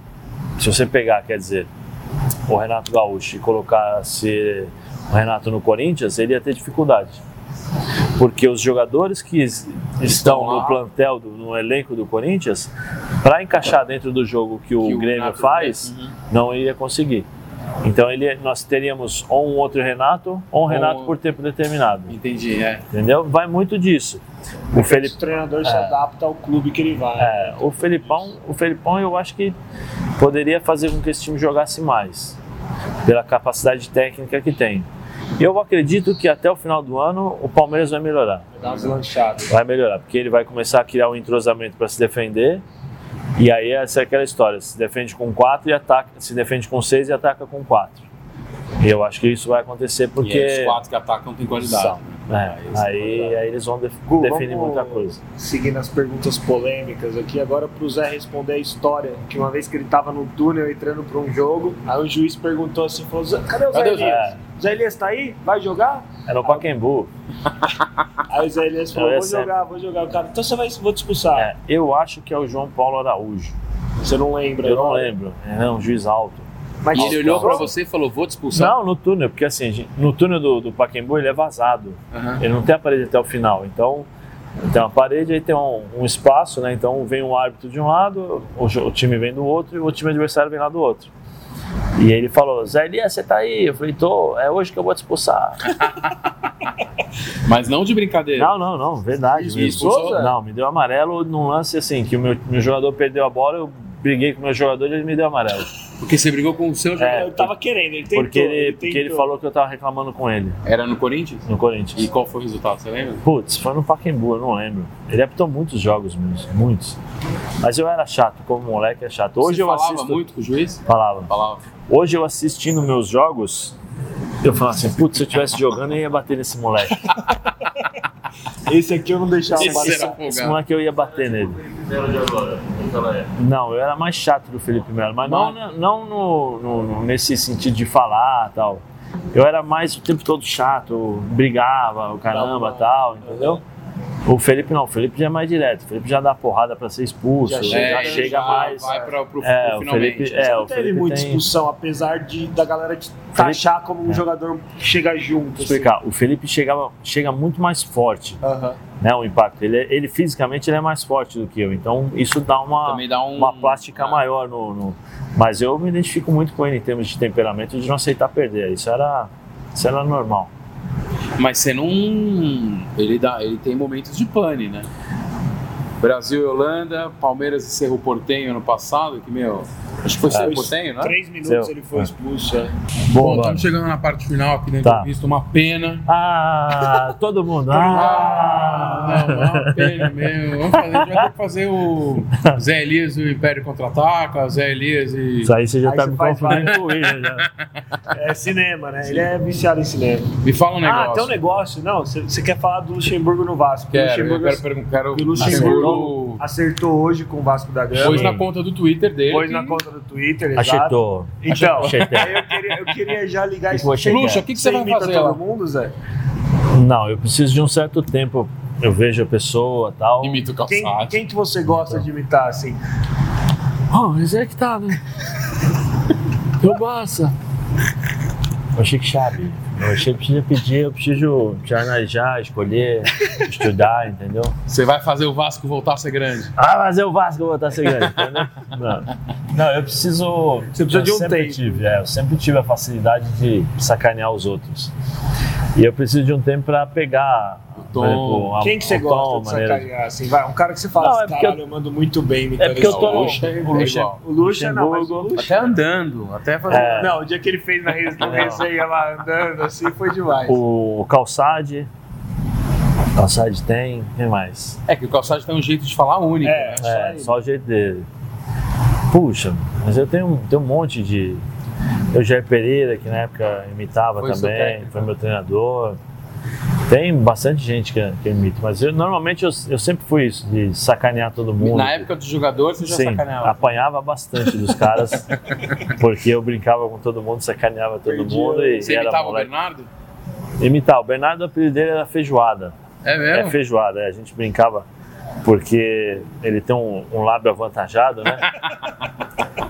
Speaker 3: Se você pegar, quer dizer, o Renato Gaúcho e colocasse o Renato no Corinthians, ele ia ter dificuldade. Porque os jogadores que es- estão
Speaker 2: lá.
Speaker 3: no plantel, do- no elenco do Corinthians, para encaixar dentro do jogo que o,
Speaker 2: Que o
Speaker 3: Grêmio
Speaker 2: Renato
Speaker 3: faz,
Speaker 2: fez. Uhum.
Speaker 3: não iria conseguir. Então ele, nós teríamos ou um outro Renato, ou um Renato por tempo determinado.
Speaker 2: Entendi, é.
Speaker 3: Entendeu? Vai muito disso. O,
Speaker 1: O
Speaker 3: Felip,
Speaker 1: é treinador se adapta ao clube que ele vai.
Speaker 3: é, o, Felipão, o Felipão eu acho que poderia fazer com que esse time jogasse mais, pela capacidade técnica que tem. Eu acredito que até o final do ano o Palmeiras vai melhorar.
Speaker 1: Dá umas lanchadas.
Speaker 3: Vai melhorar, porque ele vai começar a criar um entrosamento para se defender. E aí essa é aquela história, se defende com 4 e ataca, se defende com 6 e ataca com 4. E eu acho que isso vai acontecer porque
Speaker 2: E aí os quatro que atacam tem qualidade.
Speaker 3: São. é,
Speaker 2: Aí isso
Speaker 3: aí, aí eles vão def-
Speaker 1: Gu,
Speaker 3: definir
Speaker 1: vamos-
Speaker 3: muita coisa.
Speaker 1: Seguindo as perguntas polêmicas aqui, agora pro Zé responder a história, que uma vez que ele tava no túnel entrando pra um jogo, aí o juiz perguntou assim, falou, "Zé, cadê o Zé
Speaker 2: Cadê o
Speaker 1: Elias?
Speaker 3: Zé?"
Speaker 1: Zé Elias tá aí? Vai jogar?
Speaker 3: É no Pacaembu.
Speaker 1: Aí o Zé Elias falou,
Speaker 3: Eu ia
Speaker 1: vou
Speaker 3: sempre.
Speaker 1: jogar, vou jogar. O cara, então você vai, vou te expulsar.
Speaker 3: É, eu acho que é o João Paulo Araújo.
Speaker 1: Você não lembra.
Speaker 3: Eu não
Speaker 1: agora.
Speaker 3: lembro. É um juiz alto.
Speaker 1: Mas
Speaker 3: é
Speaker 2: E ele olhou pra
Speaker 1: João,
Speaker 2: você e falou, vou te expulsar.
Speaker 3: Não, no túnel, porque assim, gente, no túnel do, do Pacaembu ele é vazado.
Speaker 2: Aham.
Speaker 3: Ele não tem a parede até o final. Então, tem uma parede, aí tem um, um espaço, né? Então vem um árbitro de um lado, o, jo- o time vem do outro e o time adversário vem lá do outro. E ele falou, Zé Elias, você tá aí? Eu falei, tô, é hoje que eu vou te expulsar.
Speaker 2: Mas não de brincadeira.
Speaker 3: não, não, não, verdade.
Speaker 2: Isso,
Speaker 3: mesmo.
Speaker 2: expulsou, Zé?
Speaker 3: Não, me deu amarelo num lance assim, que o meu, meu jogador perdeu a bola, eu briguei com o meu jogador e ele me deu amarelo.
Speaker 2: Porque você brigou com o seu jogador.
Speaker 3: É,
Speaker 1: Eu tava querendo, ele tentou.
Speaker 3: porque ele, porque ele
Speaker 1: tentou.
Speaker 3: falou que eu tava reclamando com ele,
Speaker 2: Era no Corinthians?
Speaker 3: no Corinthians.
Speaker 2: E qual foi o resultado, você lembra?
Speaker 3: Putz, foi no Pacaembu, eu não lembro. Ele apitou muitos jogos mesmo, muitos. Mas eu era chato, como moleque é chato. Hoje
Speaker 2: você
Speaker 3: eu
Speaker 2: falava
Speaker 3: assisto...
Speaker 2: muito com o juiz?
Speaker 3: Falava.
Speaker 2: Falava.
Speaker 3: Hoje eu assistindo meus jogos, eu falava assim, putz, se eu estivesse jogando eu ia bater nesse moleque.
Speaker 1: Esse aqui eu não deixava
Speaker 2: Esse
Speaker 1: passar.
Speaker 2: era
Speaker 3: Esse
Speaker 2: folgado.
Speaker 3: moleque eu ia bater nele. Não, eu era mais chato do Felipe Melo, mas não, na- não no- no- no- nesse sentido de falar tal. Eu era mais o tempo todo chato,
Speaker 2: Tá
Speaker 3: brigava, o caramba tal, entendeu? O Felipe não, o Felipe já é mais direto, o Felipe já dá porrada pra ser expulso, né, já,
Speaker 2: É,
Speaker 3: chega
Speaker 2: já
Speaker 3: mais.
Speaker 2: Vai pra, pro,
Speaker 3: É,
Speaker 2: pro
Speaker 3: o
Speaker 2: finalmente.
Speaker 3: Felipe,
Speaker 2: né?
Speaker 3: é, o
Speaker 1: Não teve
Speaker 3: Felipe
Speaker 1: muita
Speaker 3: tem...
Speaker 1: expulsão, apesar de, da galera de taxar como um jogador que chega junto.
Speaker 3: Vou explicar. O Felipe chegava, chega muito mais forte,
Speaker 1: assim. Aham.
Speaker 3: né? O impacto. Ele, é- ele fisicamente ele é mais forte do que eu. Então isso dá uma,
Speaker 2: Também dá um-
Speaker 3: uma plástica
Speaker 2: é.
Speaker 3: maior no, no- Mas eu me identifico muito com ele em termos de temperamento de não aceitar perder. Isso era, isso era normal.
Speaker 2: Mas você não. Ele, dá, ele tem momentos de pane, né? Brasil e Holanda, Palmeiras e Cerro Portenho ano passado, que, meu. Acho que foi Cerro Portenho, né?
Speaker 1: É. Três minutos
Speaker 3: Seu.
Speaker 1: ele foi expulso. é.
Speaker 2: Bom, então,
Speaker 3: Bora.
Speaker 2: estamos chegando na parte final aqui dentro
Speaker 3: Tá.
Speaker 2: do visto, uma pena.
Speaker 3: Ah, todo mundo.
Speaker 2: Ah, não,
Speaker 3: Ah,
Speaker 2: uma pena mesmo. Vamos fazer, a gente vai ter que fazer o Zé Elias e o Império Contra-Ataca, Zé Elias e.
Speaker 3: isso aí você já
Speaker 1: Aí
Speaker 3: tá
Speaker 1: você
Speaker 3: me
Speaker 1: faz
Speaker 3: confundindo com o Willian já.
Speaker 1: É cinema, né? Ele é viciado em cinema.
Speaker 2: Me fala um negócio.
Speaker 1: Ah, tem um negócio. Não, você você quer falar do Luxemburgo no Vasco.
Speaker 2: Quero, eu
Speaker 1: Luxemburgo,
Speaker 2: quero perguntar. Quero
Speaker 1: que o Luxemburgo acertou hoje com o Vasco da Gama.
Speaker 2: Pôs na conta do Twitter dele.
Speaker 1: Pôs
Speaker 2: que-
Speaker 1: na conta do Twitter, exato.
Speaker 3: Achetou.
Speaker 1: Então,
Speaker 3: Achetou.
Speaker 1: aí eu queria, eu queria já ligar
Speaker 3: Que
Speaker 1: isso.
Speaker 3: que você
Speaker 2: Luxa, o que, que você vai
Speaker 1: imita
Speaker 2: fazer
Speaker 1: todo
Speaker 2: lá?
Speaker 1: mundo, Zé?
Speaker 3: Não, eu preciso de um certo tempo. Eu vejo a pessoa tal.
Speaker 2: Imita o
Speaker 1: Quem,
Speaker 2: calçado.
Speaker 1: quem que você gosta de imitar, assim?
Speaker 3: Oh, mas é que tá, né? Eu gosto. Eu achei que chave. Eu achei que precisa pedir, eu preciso te analisar, escolher, estudar, entendeu?
Speaker 2: Você vai fazer o Vasco voltar a ser grande.
Speaker 3: Ah, mas é o Vasco, eu vou estar chegando, entendeu? Não, não eu preciso. Você
Speaker 1: precisa de um
Speaker 3: sempre
Speaker 1: tempo.
Speaker 3: Tive, é, eu sempre tive a facilidade de sacanear os outros. E eu preciso de um tempo pra pegar. O
Speaker 2: tom.
Speaker 3: a-
Speaker 1: Quem que você
Speaker 3: o tom,
Speaker 1: gosta de
Speaker 3: a maneira de-
Speaker 1: sacanear, assim? Vai, um cara que você fala,
Speaker 3: Não, é
Speaker 1: assim,
Speaker 3: porque
Speaker 1: caralho, eu... mando muito bem imitando
Speaker 3: É porque eu
Speaker 1: esse
Speaker 3: tô
Speaker 1: cara."
Speaker 3: no-
Speaker 2: Luxa é
Speaker 3: o Luxa-
Speaker 2: igual.
Speaker 1: O Luxa não, mas o
Speaker 3: Luxemburgo.
Speaker 1: Luxa...
Speaker 2: Até andando, até fazendo.
Speaker 3: É.
Speaker 1: Não, o dia que ele fez na res- na
Speaker 3: Não.
Speaker 1: resenha lá, andando assim, foi demais.
Speaker 3: O Calçade. Calçade tem. Quem mais?
Speaker 2: É que o calçado tem um jeito de falar único.
Speaker 1: É,
Speaker 2: né?
Speaker 3: É, só o jeito dele. Puxa, mas eu tenho, tenho um monte de. Eu Jair Pereira, que na época imitava
Speaker 2: Foi seu
Speaker 3: também,
Speaker 2: técnico. né?
Speaker 3: foi meu treinador. Tem bastante gente que, que eu imito, mas eu, normalmente eu, eu sempre fui isso, de sacanear todo mundo.
Speaker 2: Na época do jogador, você já
Speaker 3: Sim, Ah,
Speaker 2: sacaneava.
Speaker 3: apanhava bastante dos caras, porque eu brincava com todo mundo, sacaneava todo
Speaker 1: Entendi.
Speaker 3: mundo e
Speaker 2: Você
Speaker 3: era
Speaker 2: imitava o
Speaker 3: moleque.
Speaker 2: Bernardo?
Speaker 3: Imitar. O Bernardo, o apelido dele era Feijoada.
Speaker 2: É
Speaker 3: É
Speaker 2: mesmo?
Speaker 3: feijoada, é. a gente brincava porque ele tem um, um lábio avantajado, né?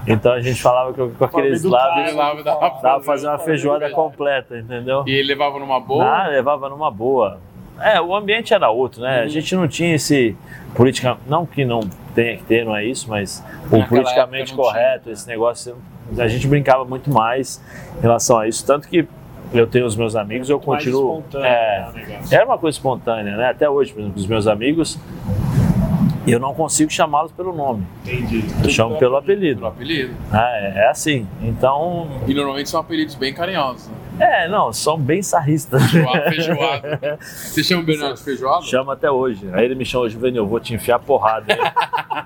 Speaker 3: Então a gente falava que com aqueles
Speaker 1: educar,
Speaker 3: lábios
Speaker 2: Ele lá me dava
Speaker 3: dava pra
Speaker 2: pra
Speaker 3: fazer uma feijoada completa, entendeu?
Speaker 2: E ele levava numa boa.
Speaker 3: Ah, levava numa boa. É, o ambiente era outro,
Speaker 2: Uhum.
Speaker 3: né? A gente não tinha esse política, não que não tenha que ter, não é isso, mas o
Speaker 2: Naquela
Speaker 3: politicamente
Speaker 2: época não tinha,
Speaker 3: correto, esse negócio, a gente brincava muito mais em relação a isso, tanto que eu tenho os meus amigos, eu
Speaker 1: Mais
Speaker 3: continuo.
Speaker 1: espontâneo,
Speaker 3: É,
Speaker 1: né, o negócio.
Speaker 3: era uma coisa espontânea, né? Até hoje, por exemplo, os meus amigos, eu não consigo chamá-los pelo nome.
Speaker 1: Entendi.
Speaker 3: Eu chamo pelo apelido.
Speaker 2: Pelo apelido.
Speaker 3: né? É assim. Então,
Speaker 2: E normalmente são apelidos bem carinhosos. né?
Speaker 3: é, não, são bem sarristas.
Speaker 2: Feijoada. feijoada. Você chama o Bernardo de feijoada?
Speaker 3: Chama até hoje. Aí ele me chama, Juvenil, eu vou te enfiar porrada. hein?"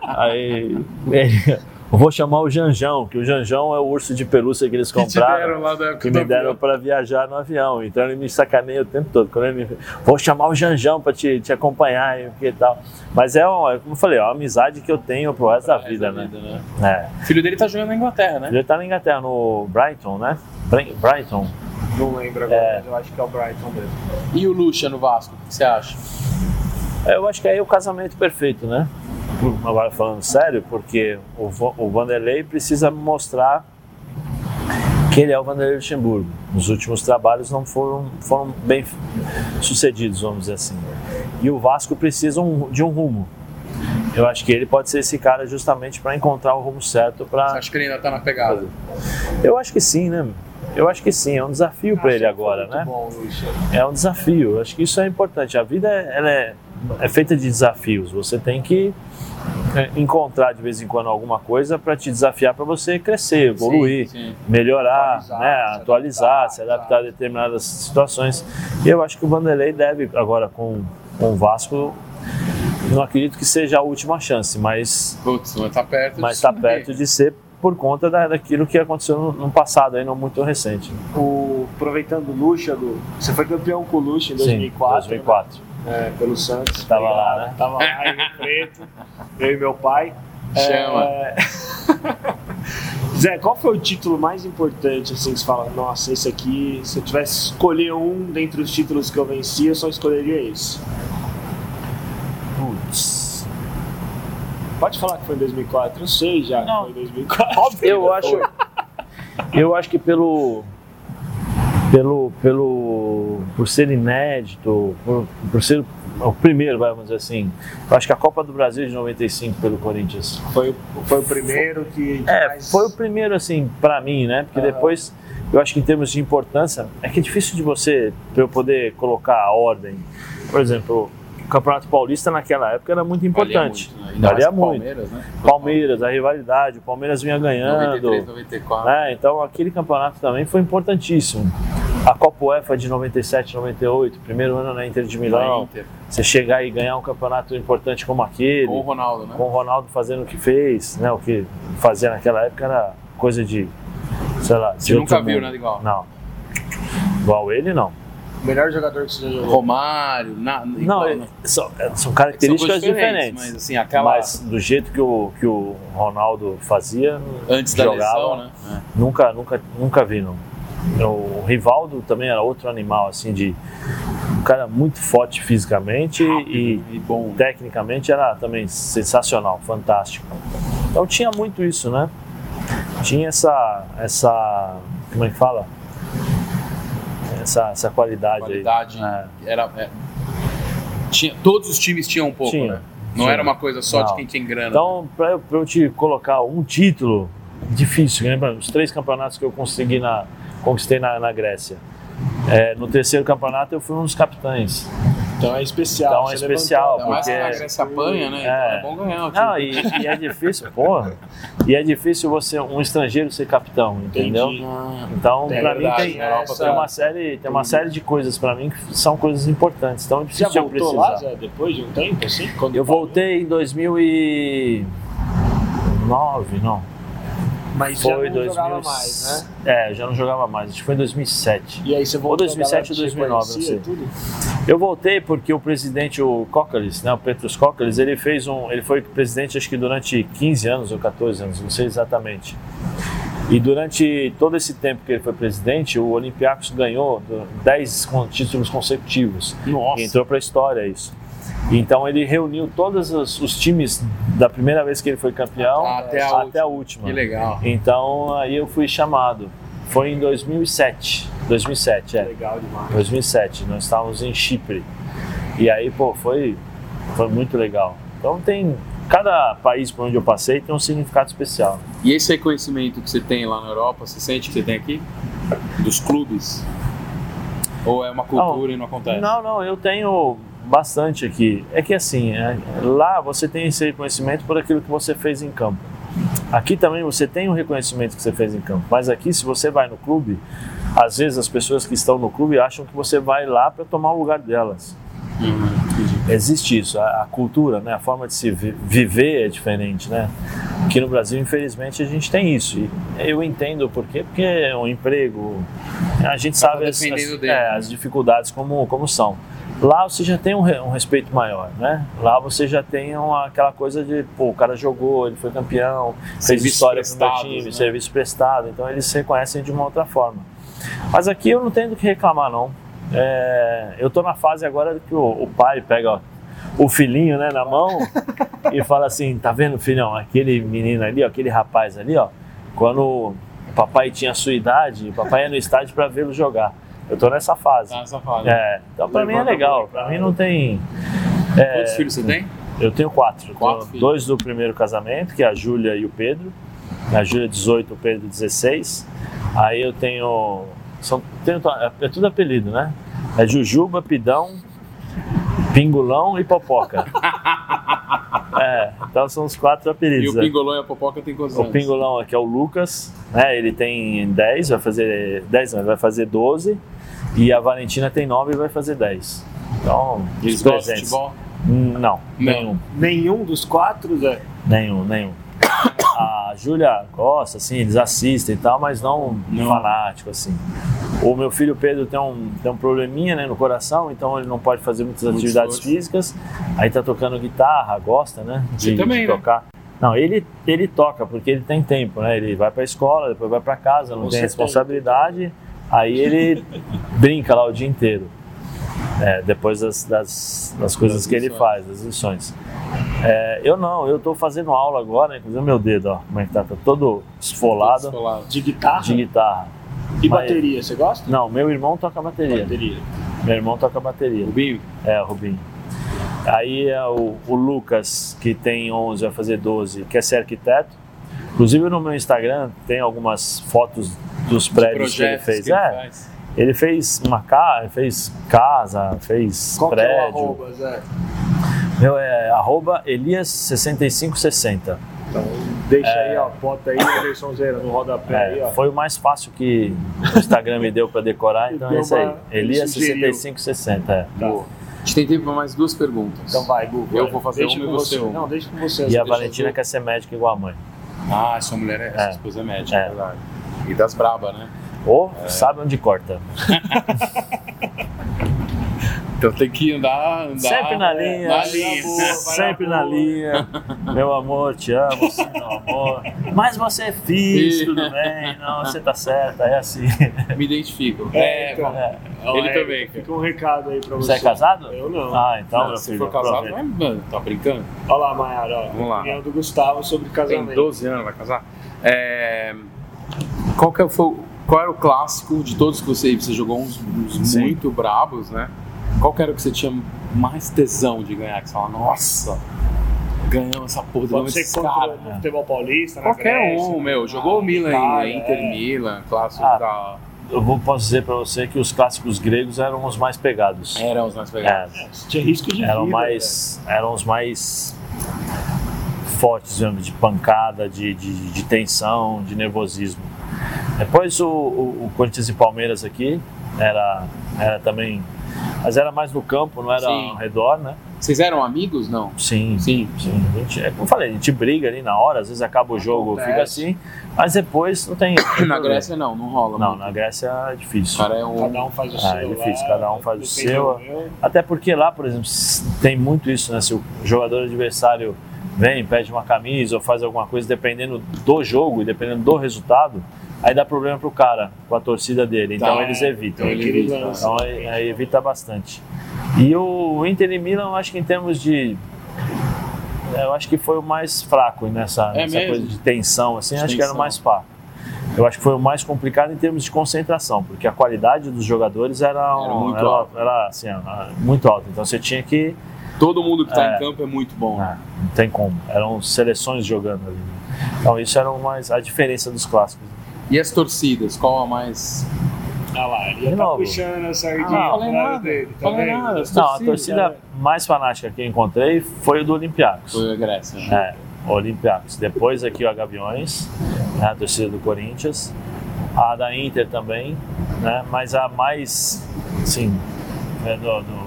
Speaker 3: Aí, ele- eu vou chamar o Janjão, que o Janjão é o urso de pelúcia que eles
Speaker 2: Que te deram
Speaker 3: compraram.
Speaker 2: lá da época
Speaker 3: Que
Speaker 2: da
Speaker 3: me deram
Speaker 2: vida.
Speaker 3: pra viajar no avião. Então ele me sacaneia o tempo todo. Quando ele me... Vou chamar o Janjão pra te, te acompanhar e o que e tal. Mas é, uma, como eu falei, é uma amizade que eu tenho pro resto da vida, né? É.
Speaker 2: O filho dele tá jogando na Inglaterra, né?
Speaker 3: Ele tá na Inglaterra, no Brighton, né? Bri- Brighton.
Speaker 1: Não lembro agora, mas eu acho que é o Brighton mesmo.
Speaker 2: E o Lucha no Vasco, o que você acha?
Speaker 3: Eu acho que aí é o casamento perfeito, né? Agora falando sério, porque o, Va- o Vanderlei precisa mostrar que ele é o Vanderlei Luxemburgo. Os últimos trabalhos não foram, foram bem sucedidos, vamos dizer assim. E o Vasco precisa um- de um rumo. Eu acho que ele pode ser esse cara justamente para encontrar o rumo certo
Speaker 2: Você
Speaker 3: para.
Speaker 2: acha que ele ainda tá na pegada?
Speaker 3: Eu acho que sim, né? Eu acho que sim, é um desafio para ele agora, né?
Speaker 2: Bom, Luiz.
Speaker 3: É um desafio. Acho que isso é importante. A vida ela é, é feita de desafios. Você tem que é, encontrar de vez em quando alguma coisa para te desafiar para você crescer, evoluir,
Speaker 2: sim.
Speaker 3: melhorar,
Speaker 2: Atualizar,
Speaker 3: né?
Speaker 2: se
Speaker 3: atualizar,
Speaker 2: adaptar,
Speaker 3: se adaptar a determinadas situações. E eu acho que o Vanderlei deve agora com, com o Vasco. Não acredito que seja a última chance, mas
Speaker 2: Putz, mas tá perto.
Speaker 3: mas
Speaker 2: de
Speaker 3: está
Speaker 2: subir.
Speaker 3: perto de ser por conta da, daquilo que aconteceu no, no passado, aí não muito recente.
Speaker 1: O, aproveitando o Lúchago, você foi campeão com o Lucha em
Speaker 3: Sim,
Speaker 1: 2004,
Speaker 3: 2004.
Speaker 1: né? É, pelo Santos.
Speaker 3: Tava lá, né?
Speaker 1: Tava lá, em Rio Preto, eu e meu pai.
Speaker 2: Chama.
Speaker 1: É... Zé, qual foi o título mais importante, assim, que você fala, nossa, esse aqui, se eu tivesse que escolher um dentre os títulos que eu venci, eu só escolheria esse.
Speaker 3: Putz.
Speaker 1: Pode falar que foi em 2004, eu sei já que foi em 2004.
Speaker 3: Eu acho, eu acho que pelo, pelo, pelo, por ser inédito, por, por ser o primeiro, vai, vamos dizer assim, eu acho que a Copa do Brasil de 95 pelo Corinthians.
Speaker 1: Foi, foi o primeiro que...
Speaker 3: É,
Speaker 1: mais-
Speaker 3: foi o primeiro, assim, pra mim, né? Porque depois, eu acho que em termos de importância, é que é difícil de você, pra eu poder colocar a ordem. Por exemplo, o Campeonato Paulista naquela época era muito importante.
Speaker 2: Valia muito. né? Ainda
Speaker 3: Valia
Speaker 2: mais pro
Speaker 3: muito.
Speaker 2: Palmeiras, né?
Speaker 3: Palmeiras, a rivalidade, o Palmeiras vinha ganhando.
Speaker 2: 93, 94.
Speaker 3: né? Então aquele campeonato também foi importantíssimo. A Copa UEFA de 97, 98, primeiro ano na Inter de
Speaker 2: Na
Speaker 3: Milão.
Speaker 2: Inter.
Speaker 3: Você chegar e ganhar um campeonato importante como aquele
Speaker 2: Com o Ronaldo, né?
Speaker 3: com o Ronaldo fazendo o que fez, né? O que fazia naquela época era coisa de, sei lá, de
Speaker 2: Você
Speaker 3: outro
Speaker 2: nunca viu
Speaker 3: mundo.
Speaker 2: nada igual.
Speaker 3: Não. Igual ele, não.
Speaker 1: O melhor jogador que você já jogou.
Speaker 2: Romário, na,
Speaker 3: não,
Speaker 2: igual,
Speaker 3: ele-
Speaker 2: né?
Speaker 3: são, é, são características
Speaker 2: São coisas
Speaker 3: diferentes.
Speaker 2: Mas
Speaker 3: mas,
Speaker 2: assim, aquela
Speaker 3: do jeito que o, que o Ronaldo fazia,
Speaker 2: antes da
Speaker 3: jogava,
Speaker 2: lesão, né?
Speaker 3: nunca, nunca, nunca vi, não. O Rivaldo também era outro animal, assim, de. Um cara muito forte fisicamente e
Speaker 2: É, E bom.
Speaker 3: tecnicamente era também sensacional, fantástico. Então tinha muito isso, né? Tinha essa, essa, como é que fala? Essa, essa qualidade,
Speaker 2: Qualidade.
Speaker 3: aí. É.
Speaker 2: Era, é. tinha, todos os times tinham um pouco,
Speaker 3: Tinha.
Speaker 2: né? Não
Speaker 3: Tinha.
Speaker 2: era uma coisa só de
Speaker 3: Não.
Speaker 2: quem tem grana.
Speaker 3: Então, para eu, pra eu te colocar um título difícil, lembra? Os três campeonatos que eu consegui na, conquistei na, na Grécia. É, no terceiro campeonato eu fui um dos capitães.
Speaker 1: Então é especial.
Speaker 3: Então é
Speaker 1: você
Speaker 3: especial,
Speaker 1: levantou a
Speaker 2: Ainda mais que
Speaker 3: porque-
Speaker 2: a Grécia apanha, né?
Speaker 3: É.
Speaker 2: Então é bom ganhar. o time.
Speaker 3: Não, e, e é difícil, porra. E é difícil você, um estrangeiro, ser capitão, entendeu?
Speaker 1: Entendi.
Speaker 2: Ah,
Speaker 3: Então,
Speaker 1: É
Speaker 3: pra mim,
Speaker 1: verdade,
Speaker 3: tem,
Speaker 1: na Europa
Speaker 3: tem, uma série, tem uma série de coisas pra mim que são coisas importantes. Então, eu
Speaker 1: Você já
Speaker 3: preciso
Speaker 1: voltou
Speaker 3: precisar.
Speaker 1: lá, Zé, depois de um tempo, assim? Quando
Speaker 3: Eu
Speaker 1: parou?
Speaker 3: voltei em 2009, não.
Speaker 1: Mas
Speaker 3: Foi
Speaker 1: já não jogava
Speaker 3: 2000
Speaker 1: mais, né?
Speaker 3: É, já não jogava mais. Acho que foi em 2007.
Speaker 1: E aí você voltou
Speaker 3: Ou 2007
Speaker 1: a galera
Speaker 3: ou 2009,
Speaker 1: te reconhecia e tudo?
Speaker 3: Eu voltei porque o presidente, o Cocalis, né, o Petrus Cocalis, ele fez um, ele foi presidente acho que durante 15 anos ou 14 anos, não sei exatamente. E durante todo esse tempo que ele foi presidente, o Olympiacos ganhou do- 10 con- títulos consecutivos.
Speaker 2: Nossa.
Speaker 3: E entrou para a história isso. Então ele reuniu todos os, os times da primeira vez que ele foi campeão
Speaker 2: Até a
Speaker 3: até a última.
Speaker 2: Que legal.
Speaker 3: Então aí eu fui chamado. Foi em 2007. 2007, é.
Speaker 1: Legal demais.
Speaker 3: 2007, nós estávamos em Chipre. E aí, pô, foi, foi muito legal. Então tem. Cada país por onde eu passei tem um significado especial.
Speaker 2: E esse reconhecimento que você tem lá na Europa, você sente que você tem aqui? Dos clubes? Ou é uma cultura e não acontece?
Speaker 3: Oh, Não, não, eu tenho bastante aqui. É que assim, é- lá você tem esse reconhecimento por aquilo que você fez em campo. Aqui também você tem o reconhecimento que você fez em campo, mas aqui se você vai no clube, às vezes as pessoas que estão no clube acham que você vai lá para tomar o lugar delas.
Speaker 2: Uhum,
Speaker 3: Existe isso, a, a cultura, né, a forma de se vi- viver é diferente, né? Aqui no Brasil, infelizmente, a gente tem isso. E eu entendo por quê, porque é um emprego, a gente sabe as,
Speaker 2: Tá dependendo
Speaker 3: as-
Speaker 2: dele,
Speaker 3: é,
Speaker 2: né?
Speaker 3: as dificuldades como, como são. Lá você já tem um, re- um respeito maior, né? Lá você já tem uma- aquela coisa de, pô, o cara jogou, ele foi campeão, fez
Speaker 2: Serviços
Speaker 3: história pro meu
Speaker 2: prestados,
Speaker 3: time,
Speaker 2: né?
Speaker 3: serviço prestado, então eles se reconhecem de uma outra forma. Mas aqui eu não tenho do que reclamar, não. É, eu tô na fase agora que o, o pai pega o filhinho né, na mão e fala assim: tá vendo, filhão, aquele menino ali, ó, aquele rapaz ali, ó, quando o papai tinha a sua idade, o papai ia no estádio para vê-lo jogar. Eu tô nessa fase.
Speaker 2: Tá, só fala.
Speaker 3: É, então pra mim é legal, pra mim não tem. é,
Speaker 2: Quantos filhos você tem?
Speaker 3: Eu tenho quatro. Eu
Speaker 2: Quatro
Speaker 3: tenho
Speaker 2: filhos.
Speaker 3: dois do primeiro casamento, que é a Júlia e o Pedro. A Júlia 18, o Pedro 16. Aí eu tenho. São, tenho é tudo apelido, né? É Jujuba, Pidão, Pingulão e Popoca. é, então são os quatro
Speaker 2: E
Speaker 3: apelidos.
Speaker 2: o
Speaker 3: né?
Speaker 2: pingolão e a popoca tem quantos
Speaker 3: O
Speaker 2: anos?
Speaker 3: Pingolão aqui é o Lucas, né? Ele tem 10, vai fazer 10 anos, vai fazer 12. E a Valentina tem 9 e vai fazer 10. Então,
Speaker 2: Eles
Speaker 3: os
Speaker 2: gostam de
Speaker 3: presentes.
Speaker 2: futebol?
Speaker 3: Hum, Não, nenhum,
Speaker 1: Nenhum dos quatro, Zé?
Speaker 3: nenhum, nenhum. A Júlia gosta, assim, eles assistem e tal, mas não, fanático, assim. O meu filho Pedro tem um, tem um probleminha né, no coração, então ele não pode fazer muitas atividades
Speaker 2: esforço.
Speaker 3: físicas. Aí tá tocando guitarra, gosta, né?
Speaker 2: Você também, né?
Speaker 3: tocar. Não, ele, ele toca, porque ele tem tempo, né? Ele vai pra escola, depois vai pra casa, não
Speaker 1: Com
Speaker 3: tem
Speaker 1: certeza.
Speaker 3: responsabilidade. Aí ele brinca lá o dia inteiro. É, depois das, das, das coisas que ele
Speaker 2: lições.
Speaker 3: faz, das lições. É, eu não, eu tô fazendo aula agora, né? inclusive meu dedo, ó, como é que tá? Tá todo esfolado
Speaker 2: Descolado.
Speaker 1: De guitarra?
Speaker 3: de guitarra.
Speaker 1: E
Speaker 3: Mas-
Speaker 1: bateria, você gosta?
Speaker 3: Não, meu irmão toca bateria.
Speaker 1: Bateria.
Speaker 3: Meu irmão toca bateria.
Speaker 2: Rubinho,
Speaker 3: É, Rubinho. Aí é o, o Lucas, que tem 11, vai fazer 12, quer ser arquiteto. Inclusive no meu Instagram tem algumas fotos dos prédios que ele
Speaker 2: projetos
Speaker 3: fez.
Speaker 2: que ele
Speaker 3: é,
Speaker 2: faz.
Speaker 3: ele fez uma casa, fez casa, fez
Speaker 1: Qual que
Speaker 3: prédio.
Speaker 1: é o arroba, Zé?
Speaker 3: Meu é arroba Elias6560.
Speaker 1: Então, deixa aí, ó, bota aí, Anderson Zero, no rodapé aí,
Speaker 3: É,
Speaker 1: ó.
Speaker 3: foi o mais fácil que o Instagram me deu para decorar, então é
Speaker 1: Deu
Speaker 3: isso aí.
Speaker 1: uma- sugeriu.
Speaker 3: Elias6560. É.
Speaker 1: Tá.
Speaker 2: A gente tem tempo para mais duas perguntas.
Speaker 1: Então vai, Google.
Speaker 2: Eu vou fazer
Speaker 1: deixa
Speaker 2: uma e
Speaker 1: com
Speaker 2: você
Speaker 1: você.
Speaker 2: uma.
Speaker 1: Não, deixa com você.
Speaker 3: E
Speaker 1: Zé.
Speaker 3: a Valentina quer ser médica igual a mãe.
Speaker 2: Ah, sua mulher é, sua
Speaker 3: É.
Speaker 2: esposa é médica,
Speaker 3: É.
Speaker 2: verdade. E das braba, né?
Speaker 3: Ou sabe onde corta.
Speaker 2: Então tem que andar, andar.
Speaker 3: Sempre na linha.
Speaker 2: é, Na linha.
Speaker 1: boa, vai na
Speaker 3: sempre na
Speaker 1: boa.
Speaker 3: linha. Meu amor, te amo, você é meu amor. Mas você é
Speaker 2: Sim.
Speaker 3: filho, tudo bem. Não, você tá certa, é assim.
Speaker 2: Me identifico.
Speaker 1: É, então.
Speaker 3: É.
Speaker 2: Ele
Speaker 1: É,
Speaker 2: também, cara.
Speaker 1: Fica um recado aí pra você.
Speaker 3: Você é casado?
Speaker 1: Eu não.
Speaker 3: Ah, então,
Speaker 2: Não,
Speaker 3: meu
Speaker 2: se
Speaker 3: filho.
Speaker 2: for casado,
Speaker 3: aproveita.
Speaker 2: vai, mano, tá brincando?
Speaker 1: Olha lá, Mayara, ó.
Speaker 2: Vamos lá.
Speaker 1: Opinião do Gustavo sobre
Speaker 2: Tem
Speaker 1: casamento.
Speaker 2: 12 anos, vai casar? É, Qual, que foi, o- qual era o clássico de todos que você, você jogou uns, uns
Speaker 3: Sim.
Speaker 2: muito brabos, né? Qual que era o que você tinha mais tesão de ganhar? Que você fala, nossa, ganhamos essa porra do
Speaker 1: Pode
Speaker 2: nome
Speaker 1: ser
Speaker 2: desse
Speaker 1: contra
Speaker 2: cara.
Speaker 1: o futebol paulista, na
Speaker 2: Qualquer
Speaker 1: Grécia,
Speaker 2: um,
Speaker 1: na-
Speaker 2: meu. Jogou o
Speaker 1: na
Speaker 2: Milan,
Speaker 1: Itália,
Speaker 2: Inter
Speaker 1: é.
Speaker 2: Milan, clássico
Speaker 3: Ah.
Speaker 2: da...
Speaker 3: Eu vou, posso dizer pra você que os clássicos gregos eram os mais pegados.
Speaker 2: Eram os mais pegados.
Speaker 3: É,
Speaker 1: Tinha risco de
Speaker 3: eram
Speaker 1: vida,
Speaker 3: mais eram os mais fortes mesmo, de pancada de, de, de tensão de nervosismo depois o, o, o Corinthians e Palmeiras aqui era era também mas era mais no campo não era
Speaker 2: Sim.
Speaker 3: ao redor né
Speaker 2: Vocês eram amigos, não?
Speaker 3: sim
Speaker 2: Sim.
Speaker 3: sim a gente, é como eu falei a gente briga ali na hora às vezes acaba o jogo fica assim mas depois não tem não tem
Speaker 2: Na
Speaker 3: problema.
Speaker 2: Grécia não, não rola
Speaker 3: não
Speaker 2: muito.
Speaker 3: na Grécia é
Speaker 2: O
Speaker 3: difícil
Speaker 2: cara é
Speaker 1: velho.
Speaker 2: um...
Speaker 1: Cada um faz o seu.
Speaker 3: Ah, é
Speaker 1: lá,
Speaker 3: difícil, cada um faz o
Speaker 1: depende
Speaker 3: seu.
Speaker 1: do meu.
Speaker 3: Até porque lá, por exemplo, s- tem muito isso, né? Se o jogador adversário vem, pede uma camisa ou faz alguma coisa, dependendo do jogo e dependendo do resultado, aí dá problema pro cara, com a torcida dele. Então
Speaker 2: Tá,
Speaker 3: eles evitam.
Speaker 1: Tem
Speaker 2: ele
Speaker 1: aquele
Speaker 2: evita.
Speaker 1: lance.
Speaker 3: Então aí, aí evita bastante. E o Inter e Milan, eu acho que em termos de. Eu acho que foi o mais fraco nessa,
Speaker 2: É
Speaker 3: nessa
Speaker 2: mesmo?
Speaker 3: coisa de tensão, assim, acho que era o
Speaker 2: Tensão.
Speaker 3: mais fraco. Eu acho que foi o mais complicado em termos de concentração, porque a qualidade dos jogadores era, um-
Speaker 2: Era muito
Speaker 3: era-
Speaker 2: alta.
Speaker 3: era, assim, era muito alta. Então você tinha que
Speaker 2: Todo mundo que tá
Speaker 3: É.
Speaker 2: em campo é muito bom. né?
Speaker 3: ah, não tem como. Eram seleções jogando ali. Então isso era mais a diferença dos clássicos.
Speaker 2: E as torcidas, qual a mais.
Speaker 1: Olha lá, ele
Speaker 3: De
Speaker 1: já tá
Speaker 3: novo.
Speaker 1: puxando a sardinha.
Speaker 2: Ah,
Speaker 1: pro
Speaker 2: falei
Speaker 1: lado
Speaker 2: nada.
Speaker 1: Dele, tá
Speaker 2: Falei
Speaker 1: vendo?
Speaker 2: nada. As
Speaker 3: Não, a
Speaker 2: torcidas,
Speaker 3: torcida mais fanática que eu encontrei foi o do Olympiacos.
Speaker 2: Foi a Grécia. né?
Speaker 3: É, o Olympiacos. Depois aqui o Gaviões, né, a torcida do Corinthians, a da Inter também, né? Mas a mais, sim, é do, do,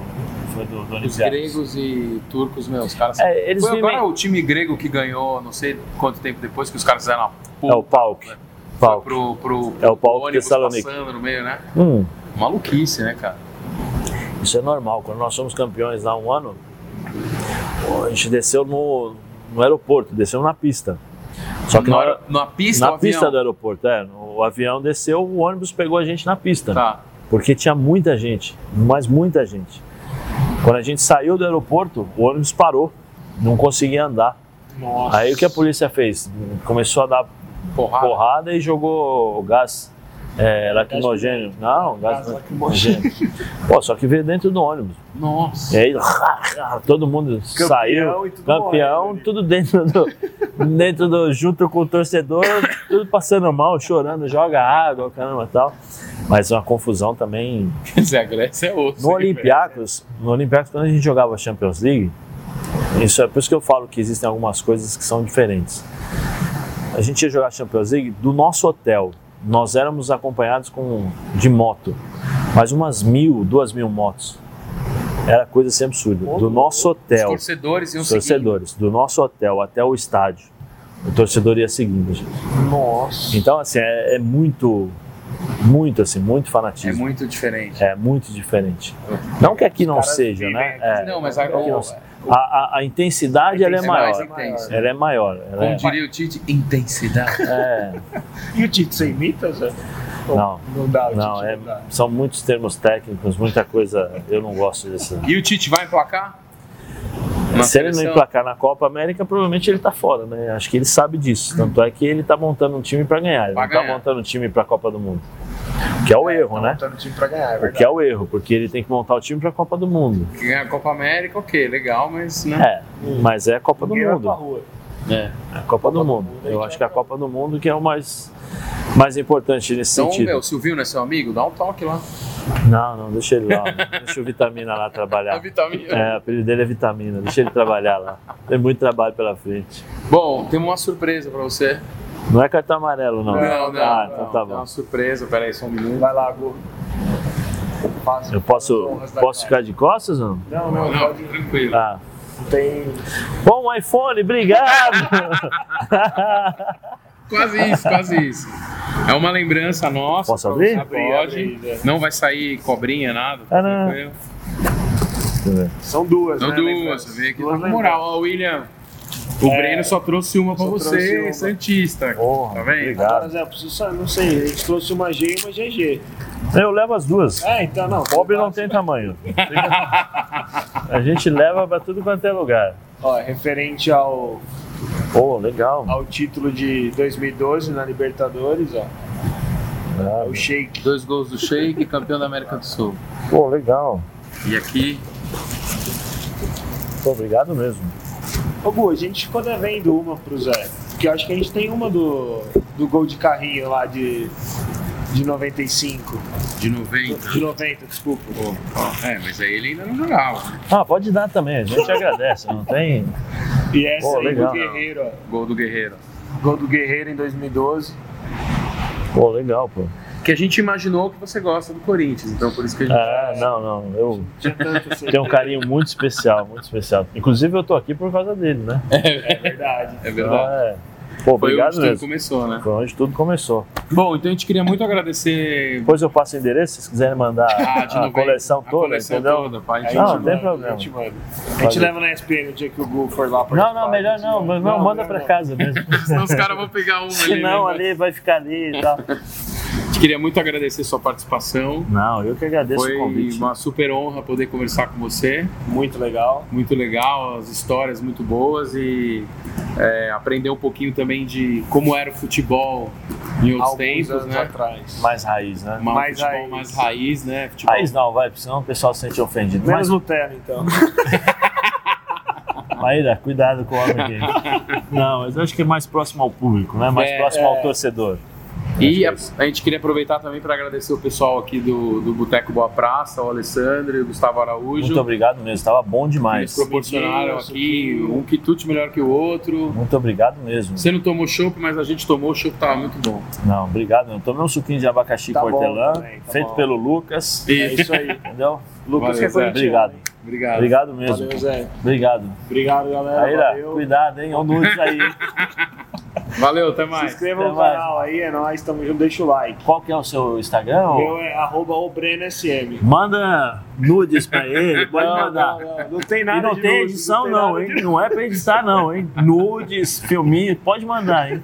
Speaker 3: foi do, do
Speaker 2: Os
Speaker 3: Olympiacos.
Speaker 2: gregos e turcos, meu, os caras.
Speaker 3: É, eles
Speaker 2: Foi
Speaker 3: vivem...
Speaker 2: agora o time grego que ganhou, não sei quanto tempo depois, que os caras fizeram a
Speaker 3: É o
Speaker 2: puta,
Speaker 3: Pauk.
Speaker 2: foi
Speaker 3: Pauk.
Speaker 2: pro, pro,
Speaker 3: É o Pauk
Speaker 2: ônibus
Speaker 3: Thessaloniki.
Speaker 2: passando no meio, né?
Speaker 3: Hum.
Speaker 2: Maluquice, né, cara?
Speaker 3: Isso é normal. Quando nós somos campeões há um ano, a gente desceu no, no aeroporto, desceu na pista. Só que
Speaker 2: na,
Speaker 3: na,
Speaker 2: hora- na pista,
Speaker 3: na
Speaker 2: o
Speaker 3: pista do
Speaker 2: avião.
Speaker 3: aeroporto, é. O avião desceu, o ônibus pegou a gente na pista.
Speaker 2: Tá.
Speaker 3: Porque tinha muita gente, mas muita gente. Quando a gente saiu do aeroporto, o ônibus parou, não conseguia andar.
Speaker 1: Nossa.
Speaker 3: Aí o que a polícia fez? Começou a dar
Speaker 2: Porrada.
Speaker 3: porrada e jogou gás é, lacrimogênio. Não, gás, lacrimogênio. Pô, só que veio dentro do ônibus.
Speaker 2: Nossa.
Speaker 3: E aí, todo mundo saiu,
Speaker 1: e tudo
Speaker 3: campeão,
Speaker 1: morrendo ali.
Speaker 3: tudo dentro do, dentro do, junto com o torcedor, tudo passando mal, chorando, joga água, caramba e tal. Mas uma confusão também.
Speaker 2: Mas a Grécia é outra.
Speaker 3: No Olympiacos, no Olympiacos, quando a gente jogava a Champions League, isso é por isso que eu falo que existem algumas coisas que são diferentes. A gente ia jogar a Champions League do nosso hotel. Nós éramos acompanhados com, de moto, mais umas mil, duas mil motos. Era coisa assim absurda. Do nosso
Speaker 2: Os
Speaker 3: hotel
Speaker 2: torcedores iam
Speaker 3: os torcedores do nosso hotel até o estádio. O torcedor ia seguindo. Nossa. Então, assim, é, é muito, muito, assim, muito
Speaker 2: seguindo. É
Speaker 3: fanatismo.
Speaker 2: muito diferente.
Speaker 3: É muito, diferente. Não que aqui não
Speaker 1: caras
Speaker 3: seja, né?
Speaker 1: vivem
Speaker 3: É,
Speaker 2: não, mas a,
Speaker 3: não que
Speaker 2: o-
Speaker 3: não seja. a, a- a intensidade, ela é
Speaker 2: mais
Speaker 3: maior.
Speaker 2: intenso.
Speaker 3: Ela é maior. Ela
Speaker 2: Como
Speaker 3: é,
Speaker 2: diria o Tite, intensidade.
Speaker 3: é,
Speaker 1: E o Tite, você imita, Zé?
Speaker 3: não,
Speaker 1: Não dá, o
Speaker 3: não,
Speaker 1: Tite
Speaker 3: é,
Speaker 1: não dá.
Speaker 3: são muitos termos técnicos, muita coisa. Eu não gosto disso.
Speaker 2: E o Tite vai emplacar? Na
Speaker 3: Se ele não
Speaker 2: seleção?
Speaker 3: emplacar na Copa América, provavelmente ele tá fora, né? Acho que ele sabe disso. Tanto é que ele tá montando um time pra ganhar. Ele
Speaker 2: Pra
Speaker 3: não tá
Speaker 2: ganhar.
Speaker 3: montando um time pra Copa do Mundo. O que é o erro, né?
Speaker 1: Montando o time pra ganhar, é
Speaker 3: O
Speaker 1: verdade.
Speaker 3: que é o erro, porque ele tem que montar o time pra Copa do Mundo.
Speaker 2: Ganhar a Copa América, ok, legal, mas né?
Speaker 3: É, mas é a Copa do
Speaker 1: Ninguém vai pra
Speaker 3: Mundo.
Speaker 1: rua.
Speaker 3: É a Copa do Mundo. Eu acho que é a Copa do Mundo que é o mais, mais importante nesse
Speaker 2: Então, meu,
Speaker 3: sentido.
Speaker 2: o Silvinho não é seu amigo? Dá um toque lá.
Speaker 3: Não, não, deixa ele lá. Deixa o Vitamina lá
Speaker 2: A
Speaker 3: trabalhar.
Speaker 2: vitamina.
Speaker 3: É, o apelido dele é Vitamina, deixa ele trabalhar lá. Tem muito trabalho pela frente.
Speaker 2: Bom, tem uma surpresa pra você.
Speaker 3: Não é cartão amarelo, não. Ah, então tá
Speaker 2: Tem
Speaker 3: bom.
Speaker 2: uma surpresa, peraí, só um minuto.
Speaker 1: Vai lá, Gu. Faça
Speaker 3: Eu
Speaker 1: as
Speaker 3: posso,
Speaker 1: honras da
Speaker 3: posso
Speaker 1: casa.
Speaker 3: ficar de costas ou não?
Speaker 1: Não, não,
Speaker 2: Não,
Speaker 1: pode.
Speaker 2: tranquilo.
Speaker 3: Ah.
Speaker 1: Tem.
Speaker 3: Bom um iPhone, obrigado!
Speaker 2: Quase isso, quase isso. É uma lembrança nossa.
Speaker 3: Posso abrir?
Speaker 2: Você Pode. Não vai sair cobrinha, nada. tá
Speaker 3: Ah, não.
Speaker 2: tranquilo.
Speaker 1: São duas,
Speaker 2: Não
Speaker 1: né?
Speaker 2: duas,
Speaker 1: lembranças?
Speaker 2: você vê que tá
Speaker 1: Duas
Speaker 2: com moral. Ó, William,
Speaker 3: É.
Speaker 2: o Breno só trouxe uma pra
Speaker 1: trouxe
Speaker 2: você,
Speaker 1: uma.
Speaker 2: Santista.
Speaker 3: Porra,
Speaker 2: tá vendo?
Speaker 3: obrigado.
Speaker 1: Agora, Zé, eu preciso saber, não sei, a gente trouxe uma G e uma GG.
Speaker 3: Eu levo as duas.
Speaker 1: É, então não.
Speaker 3: Pobre não tem tamanho. A gente leva pra tudo quanto é lugar.
Speaker 1: Ó, referente ao,
Speaker 3: Pô, legal.
Speaker 1: ao título de 2012 na Libertadores, ó. É O Shake.
Speaker 2: Dois gols do Sheik, campeão da América do Sul.
Speaker 3: Pô, legal.
Speaker 2: E aqui,
Speaker 3: Pô, obrigado mesmo.
Speaker 1: Ô, Gu, a gente ficou devendo uma pro Zé. Porque eu acho que a gente tem uma do, do gol de carrinho lá de, de 95.
Speaker 2: de 90.
Speaker 1: De 90, desculpa.
Speaker 2: É, mas aí ele ainda não jogava. né?
Speaker 3: Ah, pode dar também, a gente agradece. Não tem.
Speaker 1: E essa
Speaker 3: Pô,
Speaker 1: aí
Speaker 3: legal.
Speaker 1: do Guerreiro, ó.
Speaker 2: Gol do Guerreiro.
Speaker 1: Gol do Guerreiro em 2012.
Speaker 3: Pô, legal, pô.
Speaker 2: Que a gente imaginou que você gosta do Corinthians, então por isso que a gente.
Speaker 3: Ah, não, não. Eu
Speaker 1: Tinha tanto assim.
Speaker 3: tenho um carinho muito especial, muito especial. Inclusive, eu tô aqui por causa dele, né?
Speaker 1: É verdade.
Speaker 2: É
Speaker 3: Então,
Speaker 2: verdade.
Speaker 3: é. Pô,
Speaker 2: Foi
Speaker 3: obrigado
Speaker 2: onde tudo
Speaker 3: mesmo.
Speaker 2: começou, né?
Speaker 3: Foi onde tudo começou.
Speaker 2: Bom, então a gente queria muito agradecer
Speaker 3: Depois eu passo o endereço, se vocês quiserem mandar
Speaker 2: Ah, de
Speaker 3: a
Speaker 2: novo,
Speaker 3: coleção
Speaker 2: a
Speaker 3: toda,
Speaker 2: coleção
Speaker 3: entendeu?
Speaker 2: toda, pai.
Speaker 1: A gente
Speaker 3: Não,
Speaker 1: manda,
Speaker 3: não tem problema.
Speaker 1: A gente, manda. a gente
Speaker 3: Valeu.
Speaker 1: leva na SPN no dia que o Gu for lá
Speaker 3: Não,
Speaker 1: participar.
Speaker 3: não, melhor não, mas não, manda pra casa mesmo.
Speaker 2: Senão os caras vão pegar uma
Speaker 3: Se
Speaker 2: ali.
Speaker 3: não,
Speaker 2: né?
Speaker 3: ali vai ficar ali e tal.
Speaker 2: A gente queria muito agradecer sua participação.
Speaker 3: Não, eu que agradeço
Speaker 2: Foi
Speaker 3: o convite.
Speaker 2: uma super honra poder conversar com você.
Speaker 1: Muito legal.
Speaker 2: Muito legal, as histórias muito boas e é, aprender um pouquinho também de como era o futebol em outros
Speaker 1: Alguns
Speaker 2: tempos,
Speaker 1: anos
Speaker 2: né?
Speaker 1: atrás.
Speaker 3: Mais raiz, né?
Speaker 2: Uma- um
Speaker 1: Mais
Speaker 2: futebol
Speaker 1: raiz.
Speaker 2: mais raiz, né? Futebol
Speaker 3: Raiz não, vai, porque senão o pessoal se sente ofendido.
Speaker 1: Menos
Speaker 3: Mas,
Speaker 1: Nutella, então.
Speaker 3: Maíra, cuidado com o homem aqui. Não, mas eu acho que é mais próximo ao público, né? Mais
Speaker 2: É,
Speaker 3: próximo
Speaker 1: é.
Speaker 3: ao torcedor.
Speaker 2: E a, a gente queria aproveitar também para agradecer o pessoal aqui do, do Boteco Boa Praça, o Alessandro e o Gustavo Araújo.
Speaker 3: Muito obrigado mesmo, estava bom
Speaker 2: Eles
Speaker 3: demais.
Speaker 2: proporcionaram
Speaker 1: Isso,
Speaker 2: aqui um quitute melhor que o outro.
Speaker 3: Muito obrigado mesmo.
Speaker 2: Você não tomou chopp, mas a gente tomou, o chopp tava muito bom.
Speaker 3: Não, obrigado. Eu tomei um suquinho de abacaxi
Speaker 1: Tá bom
Speaker 3: cortelã,
Speaker 1: também, tá
Speaker 3: feito
Speaker 1: bom.
Speaker 3: pelo Lucas.
Speaker 1: É isso aí.
Speaker 3: Entendeu?
Speaker 1: Lucas
Speaker 2: Valeu,
Speaker 1: que é
Speaker 2: Zé.
Speaker 1: corintiano,
Speaker 3: Obrigado.
Speaker 1: hein?
Speaker 2: Obrigado.
Speaker 3: Obrigado mesmo.
Speaker 1: Valeu, Zé.
Speaker 3: Obrigado.
Speaker 1: Obrigado, galera.
Speaker 3: Maíra,
Speaker 1: Valeu.
Speaker 3: cuidado, hein? Olha o nudes aí. hein?
Speaker 2: Valeu, até
Speaker 1: Se
Speaker 2: mais.
Speaker 1: inscreva
Speaker 3: Até
Speaker 1: no
Speaker 3: mais.
Speaker 1: canal aí, é nóis. Tamo junto, deixa o like.
Speaker 3: Qual que é o seu Instagram?
Speaker 1: Meu é arroba o Breno SM.
Speaker 3: Manda nudes pra ele, pode mandar.
Speaker 1: não, não tem nada
Speaker 3: E não
Speaker 1: de
Speaker 3: tem
Speaker 1: nude,
Speaker 3: edição
Speaker 1: tem
Speaker 3: não,
Speaker 1: nada
Speaker 3: hein?
Speaker 1: de-
Speaker 3: Não é pra editar não, hein? Nudes, filminho, pode mandar, hein?